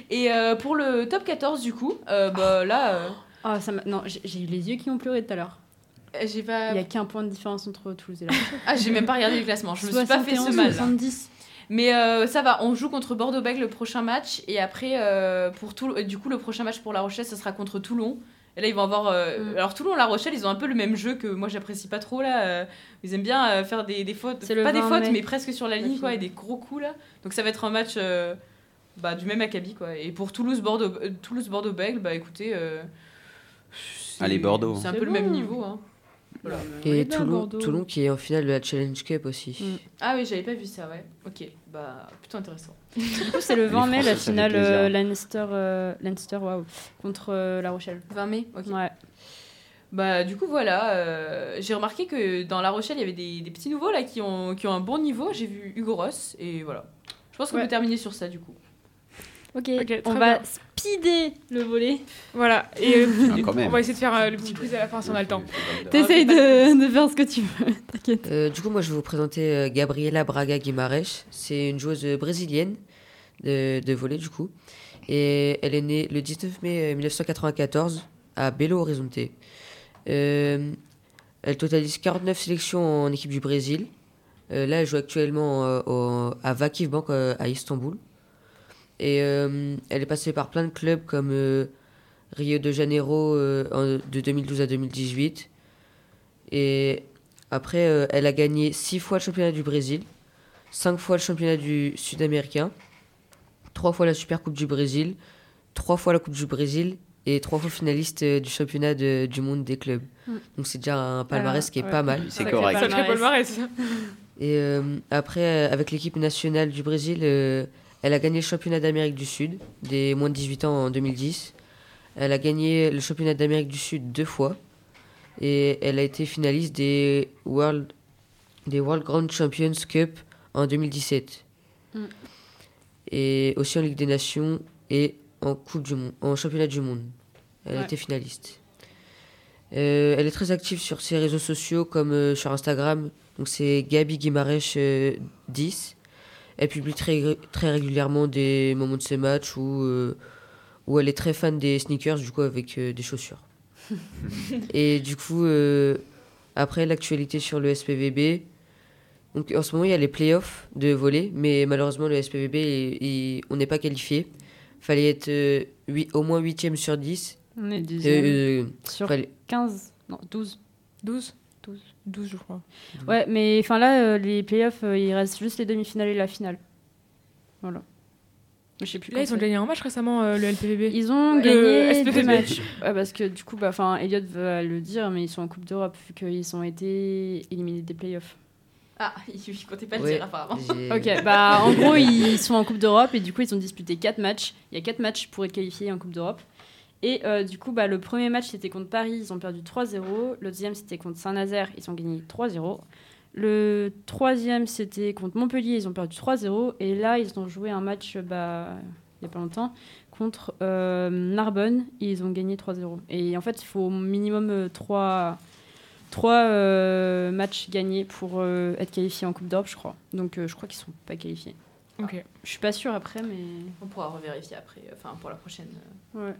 Speaker 8: Et euh, pour le top 14, du coup, euh, bah, là, euh,
Speaker 5: Ah, ça m'a- Non, j'ai j'ai eu les yeux qui ont pleuré tout à l'heure.
Speaker 8: j'ai
Speaker 5: Il
Speaker 8: pas.
Speaker 5: n'y a qu'un point de différence entre Toulouse et la Rochelle.
Speaker 8: Ah, j'ai même pas regardé le classement. Je me suis pas fait ce
Speaker 5: 71,
Speaker 8: mal.
Speaker 5: 70.
Speaker 8: Mais euh, ça va, on joue contre Bordeaux-Bègles le prochain match. Et après, euh, pour Toul- euh, du coup, le prochain match pour La Rochelle, ça sera contre Toulon. Et là, ils vont avoir. euh,
Speaker 5: Mm.
Speaker 8: Alors, Toulon-La Rochelle, ils ont un peu le même jeu que moi, j'apprécie pas trop. là. euh, Ils aiment bien euh, faire des, des fautes.
Speaker 9: C'est le
Speaker 8: pas des
Speaker 9: 20
Speaker 8: fautes,
Speaker 9: mai.
Speaker 8: mais presque sur la
Speaker 9: La
Speaker 8: ligne, quoi. Et
Speaker 9: finale.
Speaker 8: des gros coups, là. Donc, ça va être un match euh, bah, du même acabit, quoi. Et pour Toulouse-Bordeaux- euh, Toulouse-Bordeaux-Bègles, bah écoutez. euh, c'est-
Speaker 1: Allez, Bordeaux.
Speaker 8: C'est un
Speaker 5: C'est
Speaker 8: peu le même
Speaker 5: bon.
Speaker 8: niveau. hein. Voilà.
Speaker 5: On est
Speaker 6: et
Speaker 5: bien,
Speaker 6: Toulon,
Speaker 5: bah, Bordeaux.
Speaker 6: Toulon qui est en finale de la Challenge Cup aussi.
Speaker 5: Mm.
Speaker 8: Ah oui, j'avais pas vu ça, ouais. Ok, bah plutôt intéressant.
Speaker 5: Du coup, c'est le 20 mai, la
Speaker 1: Français, ça fait
Speaker 5: finale
Speaker 1: plaisir.
Speaker 5: euh, Leinster, euh, Leinster waouh, contre euh, la Rochelle.
Speaker 8: 20 mai, ok.
Speaker 5: Ouais.
Speaker 8: Bah du coup voilà, euh, j'ai remarqué que dans La Rochelle il y avait des, des petits nouveaux là qui ont, qui ont un bon niveau, j'ai vu Hugo Ross et voilà. Je pense qu'on
Speaker 5: Ouais.
Speaker 8: peut terminer sur ça du coup.
Speaker 5: Ok,
Speaker 7: très
Speaker 5: on
Speaker 7: bien.
Speaker 5: va speeder le volet.
Speaker 7: Voilà. Et euh,
Speaker 1: Ah, quand
Speaker 7: on
Speaker 1: même.
Speaker 7: va essayer de faire euh, le petit quiz à la fin si on a le temps.
Speaker 5: T'essayes de, de faire ce que tu veux, t'inquiète.
Speaker 6: Euh, du coup, moi, je vais vous présenter euh, Gabriela Braga Guimarães. C'est une joueuse brésilienne de, de volley, du coup. Et elle est née le 19 mai euh, 1994 à Belo Horizonte. Euh, elle totalise 49 sélections en équipe du Brésil. Euh, là, elle joue actuellement euh, au- à Vakif Bank euh, à Istanbul. Et euh, elle est passée par plein de clubs comme euh, Rio de Janeiro euh, en- de 2012 à 2018. Et après, euh, elle a gagné 6 fois le championnat du Brésil, 5 fois le championnat du Sud-Américain, 3 fois la Super Coupe du Brésil, 3 fois la Coupe du Brésil et 3 fois finaliste euh, du championnat de- du monde des clubs.
Speaker 5: Mm.
Speaker 6: Donc c'est déjà un palmarès qui est
Speaker 5: ouais.
Speaker 6: pas mal.
Speaker 1: C'est
Speaker 5: Sacré
Speaker 1: correct.
Speaker 7: Sacré palmarès.
Speaker 6: Et euh, après, euh, avec l'équipe nationale du Brésil, euh, elle a gagné le championnat d'Amérique du Sud des moins de 18 ans en 2010. Elle a gagné le championnat d'Amérique du Sud deux fois. Et elle a été finaliste des World, des World Grand Champions Cup en 2017.
Speaker 5: Mm.
Speaker 6: Et aussi en Ligue des Nations et en, coupe du monde, en championnat du monde. Elle a
Speaker 5: Ouais.
Speaker 6: été finaliste. Euh, elle est très active sur ses réseaux sociaux comme euh, sur Instagram. Donc c'est Gabi Guimarèche euh, 10. Elle publie très, très régulièrement des moments de ses matchs où, euh, où elle est très fan des sneakers, du coup avec euh, des chaussures. Et du coup, euh, après l'actualité sur le SPVB, donc en ce moment il y a les playoffs de volley, mais malheureusement le SPVB, il- il- on n'est pas qualifié. Fallait être euh, huit- au moins 8 sur 10.
Speaker 5: On est
Speaker 6: Euh,
Speaker 5: dixième
Speaker 6: euh,
Speaker 5: sur
Speaker 6: fallait-
Speaker 5: 15, non 12.
Speaker 7: 12
Speaker 5: 12.
Speaker 7: 12, je crois.
Speaker 5: Ouais, mais enfin là, euh, les playoffs, euh, il reste juste les demi-finales et la finale. Voilà. Je sais plus.
Speaker 7: Là,
Speaker 5: quand
Speaker 7: ils ont
Speaker 5: c'est.
Speaker 7: gagné un match récemment, euh, le LPVB.
Speaker 5: Ils ont
Speaker 7: Ouais. Le
Speaker 5: gagné
Speaker 7: SPVB.
Speaker 5: deux matchs. Ouais, parce que du coup, bah, enfin, Elliot va le dire, mais ils sont en Coupe d'Europe vu qu'ils ont été éliminés des playoffs.
Speaker 8: Ah, il il comptait pas le
Speaker 6: ouais,
Speaker 8: dire apparemment.
Speaker 6: j'ai-
Speaker 5: Ok, bah en gros, ils sont en Coupe d'Europe et du coup, ils ont disputé quatre matchs. Il y a quatre matchs pour être qualifiés en Coupe d'Europe. Et euh, du coup, bah, le premier match, c'était contre Paris, ils ont perdu 3-0. Le deuxième, c'était contre Saint-Nazaire, ils ont gagné 3-0. Le troisième, c'était contre Montpellier, ils ont perdu 3-0. Et là, ils ont joué un match, bah, il n'y a pas longtemps, contre euh, Narbonne, et ils ont gagné 3-0. Et en fait, il faut au minimum euh, 3, euh, matchs gagnés pour euh, être qualifié en Coupe d'Europe, je crois. Donc, euh, je crois qu'ils sont pas qualifiés.
Speaker 7: Ok. Eh
Speaker 5: Je suis pas sûre après, mais...
Speaker 8: On pourra revérifier après, euh, enfin pour la prochaine. euh.
Speaker 5: Ouais.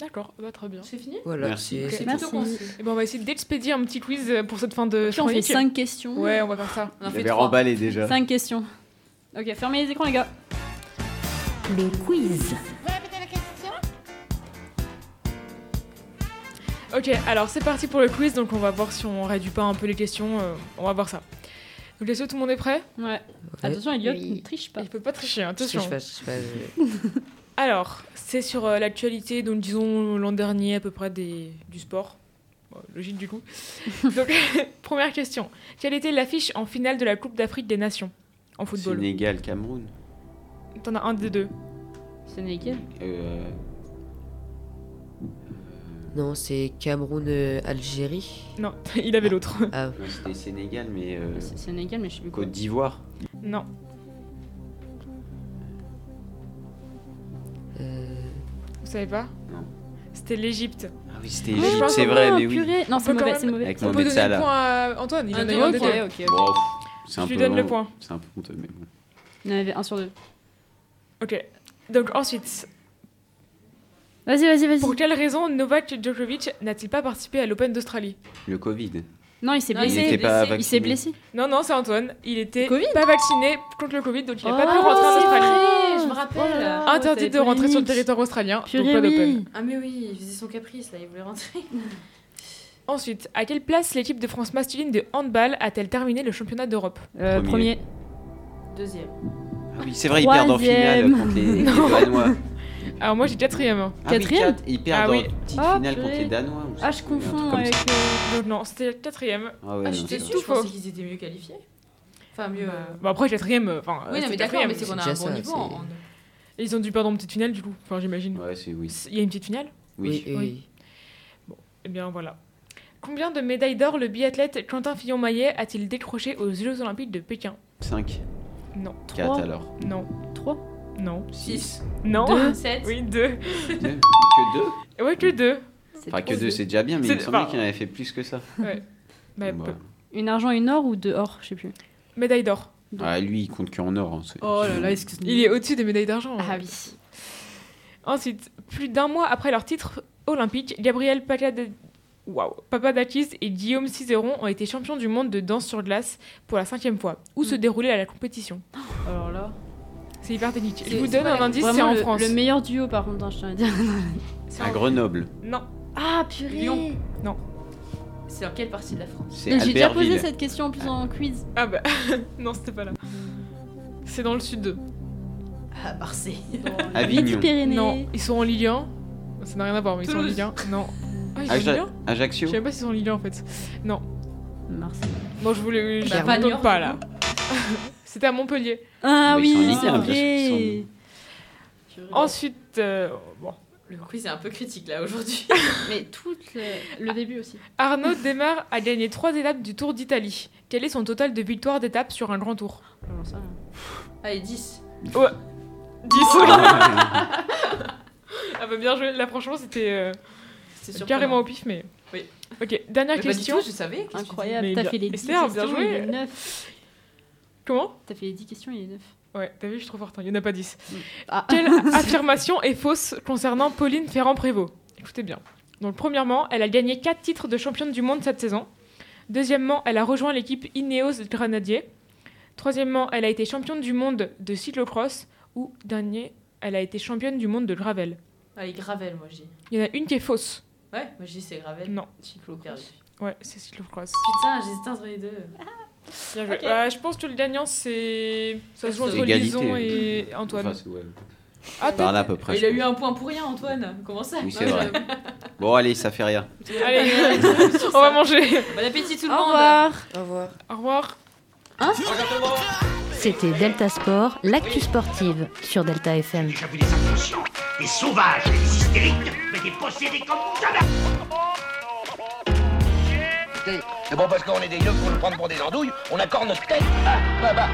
Speaker 7: D'accord, bah, très bien.
Speaker 8: C'est fini
Speaker 6: Voilà,
Speaker 1: Merci.
Speaker 6: c'est-
Speaker 1: Ok.
Speaker 8: C'est
Speaker 5: Merci.
Speaker 8: plutôt concis.
Speaker 7: Et ben, on va essayer d'expédier un petit quiz euh, pour cette fin de
Speaker 5: on fait
Speaker 7: chronique.
Speaker 5: 5 questions.
Speaker 7: Ouais, on va faire ça.
Speaker 8: On en
Speaker 1: Il
Speaker 8: fait
Speaker 1: avait
Speaker 8: trois.
Speaker 1: remballé déjà.
Speaker 5: 5 questions. Ok, fermez les écrans, les gars.
Speaker 2: Le quiz.
Speaker 7: Ok, alors c'est parti pour le quiz, donc on va voir si on réduit pas un peu les questions. euh, on va voir ça. Donc, les tout le monde est prêt
Speaker 5: Ouais. Attention, Elliot,
Speaker 9: Oui.
Speaker 5: ne triche pas.
Speaker 7: Il peut pas tricher, hein,
Speaker 6: Qu'est-ce que
Speaker 7: attention.
Speaker 6: je fais, je fais, je-
Speaker 7: Alors, c'est sur euh, l'actualité, donc disons l'an dernier à peu près des, du sport. Bon, logique du coup. Donc, première question. Quelle était l'affiche en finale de la Coupe d'Afrique des Nations en football
Speaker 1: Sénégal, Cameroun.
Speaker 7: T'en as un des deux.
Speaker 5: C'est nickel.
Speaker 1: Euh,
Speaker 6: Non, c'est
Speaker 1: euh,
Speaker 6: Cameroun-Algérie.
Speaker 7: Non, il avait l'autre.
Speaker 6: Ah,
Speaker 1: non, C'était Sénégal, mais euh,
Speaker 5: C'est c'est nickel, mais je sais plus quoi.
Speaker 1: Côte d'Ivoire.
Speaker 7: Non.
Speaker 6: euh,
Speaker 7: Vous savez pas
Speaker 1: Non.
Speaker 7: C'était l'Égypte.
Speaker 1: Ah oui, c'était
Speaker 7: je
Speaker 1: Égypte,
Speaker 7: pense
Speaker 1: c'est
Speaker 7: que
Speaker 1: vrai,
Speaker 5: Ah,
Speaker 1: mais oui.
Speaker 5: purée. Non,
Speaker 7: Faut
Speaker 5: c'est
Speaker 7: quand
Speaker 5: mauvais,
Speaker 7: même-
Speaker 5: c'est mauvais.
Speaker 1: Avec
Speaker 7: On
Speaker 1: mon
Speaker 7: peut donner
Speaker 1: médecin
Speaker 7: le
Speaker 1: là.
Speaker 7: point à Antoine. Il en
Speaker 5: Ah,
Speaker 7: a
Speaker 5: mais
Speaker 7: eu un des
Speaker 5: ok,
Speaker 7: deux.
Speaker 5: ok, ok.
Speaker 1: Bon, pff, c'est un
Speaker 7: Je
Speaker 1: peu
Speaker 7: lui donne le
Speaker 1: long,
Speaker 7: point.
Speaker 1: C'est un peu honteux, mais bon.
Speaker 5: Il y en avait un sur deux.
Speaker 7: Ok. Donc ensuite,
Speaker 5: Vas-y, vas-y,
Speaker 7: pour
Speaker 5: vas-y.
Speaker 7: quelle raison Novak Djokovic n'a-t-il pas participé à l'Open d'Australie
Speaker 1: Le Covid.
Speaker 5: Non, il s'est
Speaker 8: Non, il
Speaker 5: blessé.
Speaker 8: s'est blessé,
Speaker 5: Il s'est blessé.
Speaker 7: Non, non, c'est Antoine. Il était
Speaker 5: Covid
Speaker 7: pas vacciné contre le Covid, donc il n'a pas
Speaker 5: Oh,
Speaker 7: pu rentrer en
Speaker 5: c'est
Speaker 7: Australie.
Speaker 5: vrai,
Speaker 8: je me rappelle.
Speaker 7: Interdit de rentrer sur le
Speaker 5: polémique.
Speaker 7: territoire australien, donc
Speaker 5: Purée,
Speaker 7: pas d'open.
Speaker 5: oui.
Speaker 8: Ah mais oui, il faisait son caprice là, il voulait rentrer.
Speaker 7: Ensuite, à quelle place l'équipe de France masculine de handball a-t-elle terminé le championnat d'Europe
Speaker 5: Euh,
Speaker 1: Premier.
Speaker 5: Premier.
Speaker 8: Deuxième.
Speaker 1: Ah oui, c'est vrai, ils perdent en finale
Speaker 5: Troisième.
Speaker 1: contre les, les Danois.
Speaker 7: Alors moi j'ai quatrième. hein.
Speaker 1: Ah oui,
Speaker 5: Quatrième
Speaker 1: quatre, Ils perdent
Speaker 7: Ah
Speaker 1: en
Speaker 7: oui.
Speaker 1: petite
Speaker 5: Ah,
Speaker 1: finale
Speaker 5: purée.
Speaker 1: contre les Danois. ou
Speaker 5: Ah,
Speaker 1: c'est-
Speaker 5: je
Speaker 1: un truc
Speaker 5: confonds
Speaker 1: comme
Speaker 5: avec.
Speaker 1: ça.
Speaker 5: euh,
Speaker 7: Donc non, c'était quatrième.
Speaker 1: Ah ouais,
Speaker 8: Ah,
Speaker 1: non,
Speaker 8: j'étais
Speaker 1: c'est
Speaker 8: sûre, je
Speaker 7: faux.
Speaker 8: pensais qu'ils étaient mieux qualifiés. Enfin mieux. euh,
Speaker 7: Bah après quatrième, euh, enfin.
Speaker 8: Oui,
Speaker 7: euh,
Speaker 8: non, mais
Speaker 7: c'est
Speaker 8: d'accord,
Speaker 7: quatrième.
Speaker 8: mais c'est qu'on a
Speaker 6: C'est
Speaker 8: un
Speaker 6: déjà
Speaker 8: bon
Speaker 6: ça,
Speaker 8: niveau.
Speaker 6: c'est-
Speaker 8: en- en-
Speaker 7: Et Ils ont dû perdre en petite finale du coup, enfin j'imagine.
Speaker 1: Ouais, c'est oui.
Speaker 7: Il y a une petite finale
Speaker 6: oui,
Speaker 1: Oui.
Speaker 6: oui.
Speaker 7: Oui. Eh bien voilà. Combien de médailles d'or le biathlète Quentin Fillon-Maillet a-t-il décroché aux Jeux Olympiques de Pékin
Speaker 1: 5,
Speaker 7: Non,
Speaker 1: 4 alors.
Speaker 7: non,
Speaker 5: Trois.
Speaker 7: non,
Speaker 1: 6.
Speaker 7: non.
Speaker 8: Deux, sept.
Speaker 7: Oui, deux.
Speaker 1: Que 2
Speaker 7: Ouais, que deux.
Speaker 1: Enfin, que
Speaker 7: trop
Speaker 1: 2,
Speaker 7: bien.
Speaker 1: c'est déjà bien, mais
Speaker 7: C'est-
Speaker 1: il me semblait
Speaker 7: enfin-
Speaker 1: qu'il en avait fait plus que ça.
Speaker 7: Bah,
Speaker 1: Bon,
Speaker 7: peu-
Speaker 1: bah.
Speaker 5: Une argent, une or ou deux or, je sais plus.
Speaker 7: Médaille d'or.
Speaker 1: Ah, lui, il compte qu'en or. hein, c'est-
Speaker 7: Oh
Speaker 5: excuse-moi.
Speaker 7: Il est au-dessus des médailles d'argent.
Speaker 5: Mm.
Speaker 7: hein.
Speaker 5: Ah oui.
Speaker 7: Ensuite, plus d'un mois après leur titre olympique, Gabriel Pacada- Waouh. Papadakis et Guillaume Cizeron ont été champions
Speaker 5: Mm.
Speaker 7: du monde de danse sur glace pour la cinquième fois. Où se déroulait la compétition
Speaker 5: Alors là.
Speaker 7: C'est hyper technique. Je
Speaker 5: C'est-
Speaker 7: vous
Speaker 5: c'est
Speaker 7: donne
Speaker 5: pas
Speaker 7: un
Speaker 5: la-
Speaker 7: indice,
Speaker 5: vraiment
Speaker 7: c'est en
Speaker 5: le-
Speaker 7: France.
Speaker 5: Le meilleur duo, par contre, hein, je tiens à dire.
Speaker 7: C'est
Speaker 1: À
Speaker 7: en-
Speaker 1: Grenoble.
Speaker 7: Non.
Speaker 5: Ah, purée
Speaker 8: Lyon.
Speaker 7: Non.
Speaker 8: C'est dans quelle partie de la France
Speaker 1: C'est
Speaker 5: Donc, J'ai déjà posé
Speaker 1: Albertville.
Speaker 5: cette question en plus en quiz.
Speaker 7: Ah bah, non, c'était pas là. C'est dans le sud de.
Speaker 8: Ah, Marseille.
Speaker 1: Avignon.
Speaker 5: Pyrénées.
Speaker 7: Non, ils sont en Ligue 1. Ça n'a rien à voir, mais ils sont en
Speaker 8: Toulouse.
Speaker 7: Ligue 1. Non. Ah, ils sont en Ligue
Speaker 1: Aja-
Speaker 7: 1 Je
Speaker 1: Ajaccio.
Speaker 7: sais même pas s'ils sont en Ligue 1 en fait.
Speaker 5: Marseille.
Speaker 7: Bon, je voulais. Je
Speaker 8: Bah,
Speaker 7: vous
Speaker 8: pas
Speaker 7: donne
Speaker 8: Niort,
Speaker 7: pas
Speaker 8: du
Speaker 7: là. C'était à Montpellier.
Speaker 5: Ah
Speaker 1: Mais ils sont en
Speaker 5: oui,
Speaker 1: Ligue
Speaker 5: c'est
Speaker 1: un, bien sûr qu'ils sont en
Speaker 5: vrai.
Speaker 1: Ligue
Speaker 7: Ensuite, euh, bon.
Speaker 8: Le quiz est un peu critique là aujourd'hui.
Speaker 5: Mais tout le, le début aussi.
Speaker 7: Arnaud démarre à gagner 3 étapes du Tour d'Italie. Quel est son total de victoires d'étapes sur un grand tour hein
Speaker 8: Allez, 10.
Speaker 7: 10
Speaker 1: Ah,
Speaker 7: Ah bah bien joué, là franchement c'était euh,
Speaker 8: C'est sûr.
Speaker 7: carrément au pif mais...
Speaker 8: Oui.
Speaker 7: Ok, dernière
Speaker 8: Mais pas du
Speaker 7: question.
Speaker 8: tout, je savais. qu'est-ce que tu
Speaker 5: Incroyable,
Speaker 7: Mais
Speaker 5: t'as
Speaker 7: bien-
Speaker 5: fait les 10
Speaker 7: Esther,
Speaker 5: questions,
Speaker 7: bien
Speaker 5: il
Speaker 7: joué.
Speaker 5: est 9.
Speaker 7: Comment
Speaker 5: T'as fait les 10 questions, il est 9.
Speaker 7: Ouais, t'as vu, je suis trop forte, hein, il n'y en a pas 10.
Speaker 5: Ah.
Speaker 7: Quelle affirmation est fausse concernant Pauline Ferrand-Prévot Écoutez bien. Donc premièrement, elle a gagné 4 titres de championne du monde cette saison. Deuxièmement, elle a rejoint l'équipe Ineos Grenadier. Troisièmement, elle a été championne du monde de cyclocross. Ou dernier, elle a été championne du monde de gravel.
Speaker 8: dis Allez, Gravel, Ah, moi j'ai.
Speaker 7: Il y en a une qui est fausse.
Speaker 8: Ouais, moi j'ai c'est Gravel.
Speaker 7: Non.
Speaker 8: Cyclo perdu.
Speaker 7: Ouais, c'est cyclocross.
Speaker 8: Putain, j'hésitais entre les deux.
Speaker 7: Bien joué. Bah, je pense que le gagnant, c'est. Ça se joue entre
Speaker 1: Égalité.
Speaker 7: Lison et Antoine.
Speaker 1: Enfin, c'est- ouais.
Speaker 7: Ah,
Speaker 1: Par
Speaker 7: t'as-
Speaker 1: là à peu près.
Speaker 8: il
Speaker 1: je
Speaker 8: a eu un point pour rien, Antoine. Comment ça
Speaker 1: Oui, c'est vrai. crois. Bon, allez, ça fait rien.
Speaker 7: Allez, euh, on va manger.
Speaker 8: Bon appétit tout le
Speaker 5: Au
Speaker 8: monde.
Speaker 5: revoir
Speaker 6: Au revoir.
Speaker 7: Au revoir.
Speaker 2: C'était Delta Sport, l'actu sportive sur Delta FM.
Speaker 3: J'ai déjà vu des inconscients, des sauvages, des hystériques, mais des possédés comme jamais
Speaker 4: Eh C'est bon parce qu'on est des yeux pour nous prendre pour des andouilles, on accorde notre tête. Ah, bah, bah.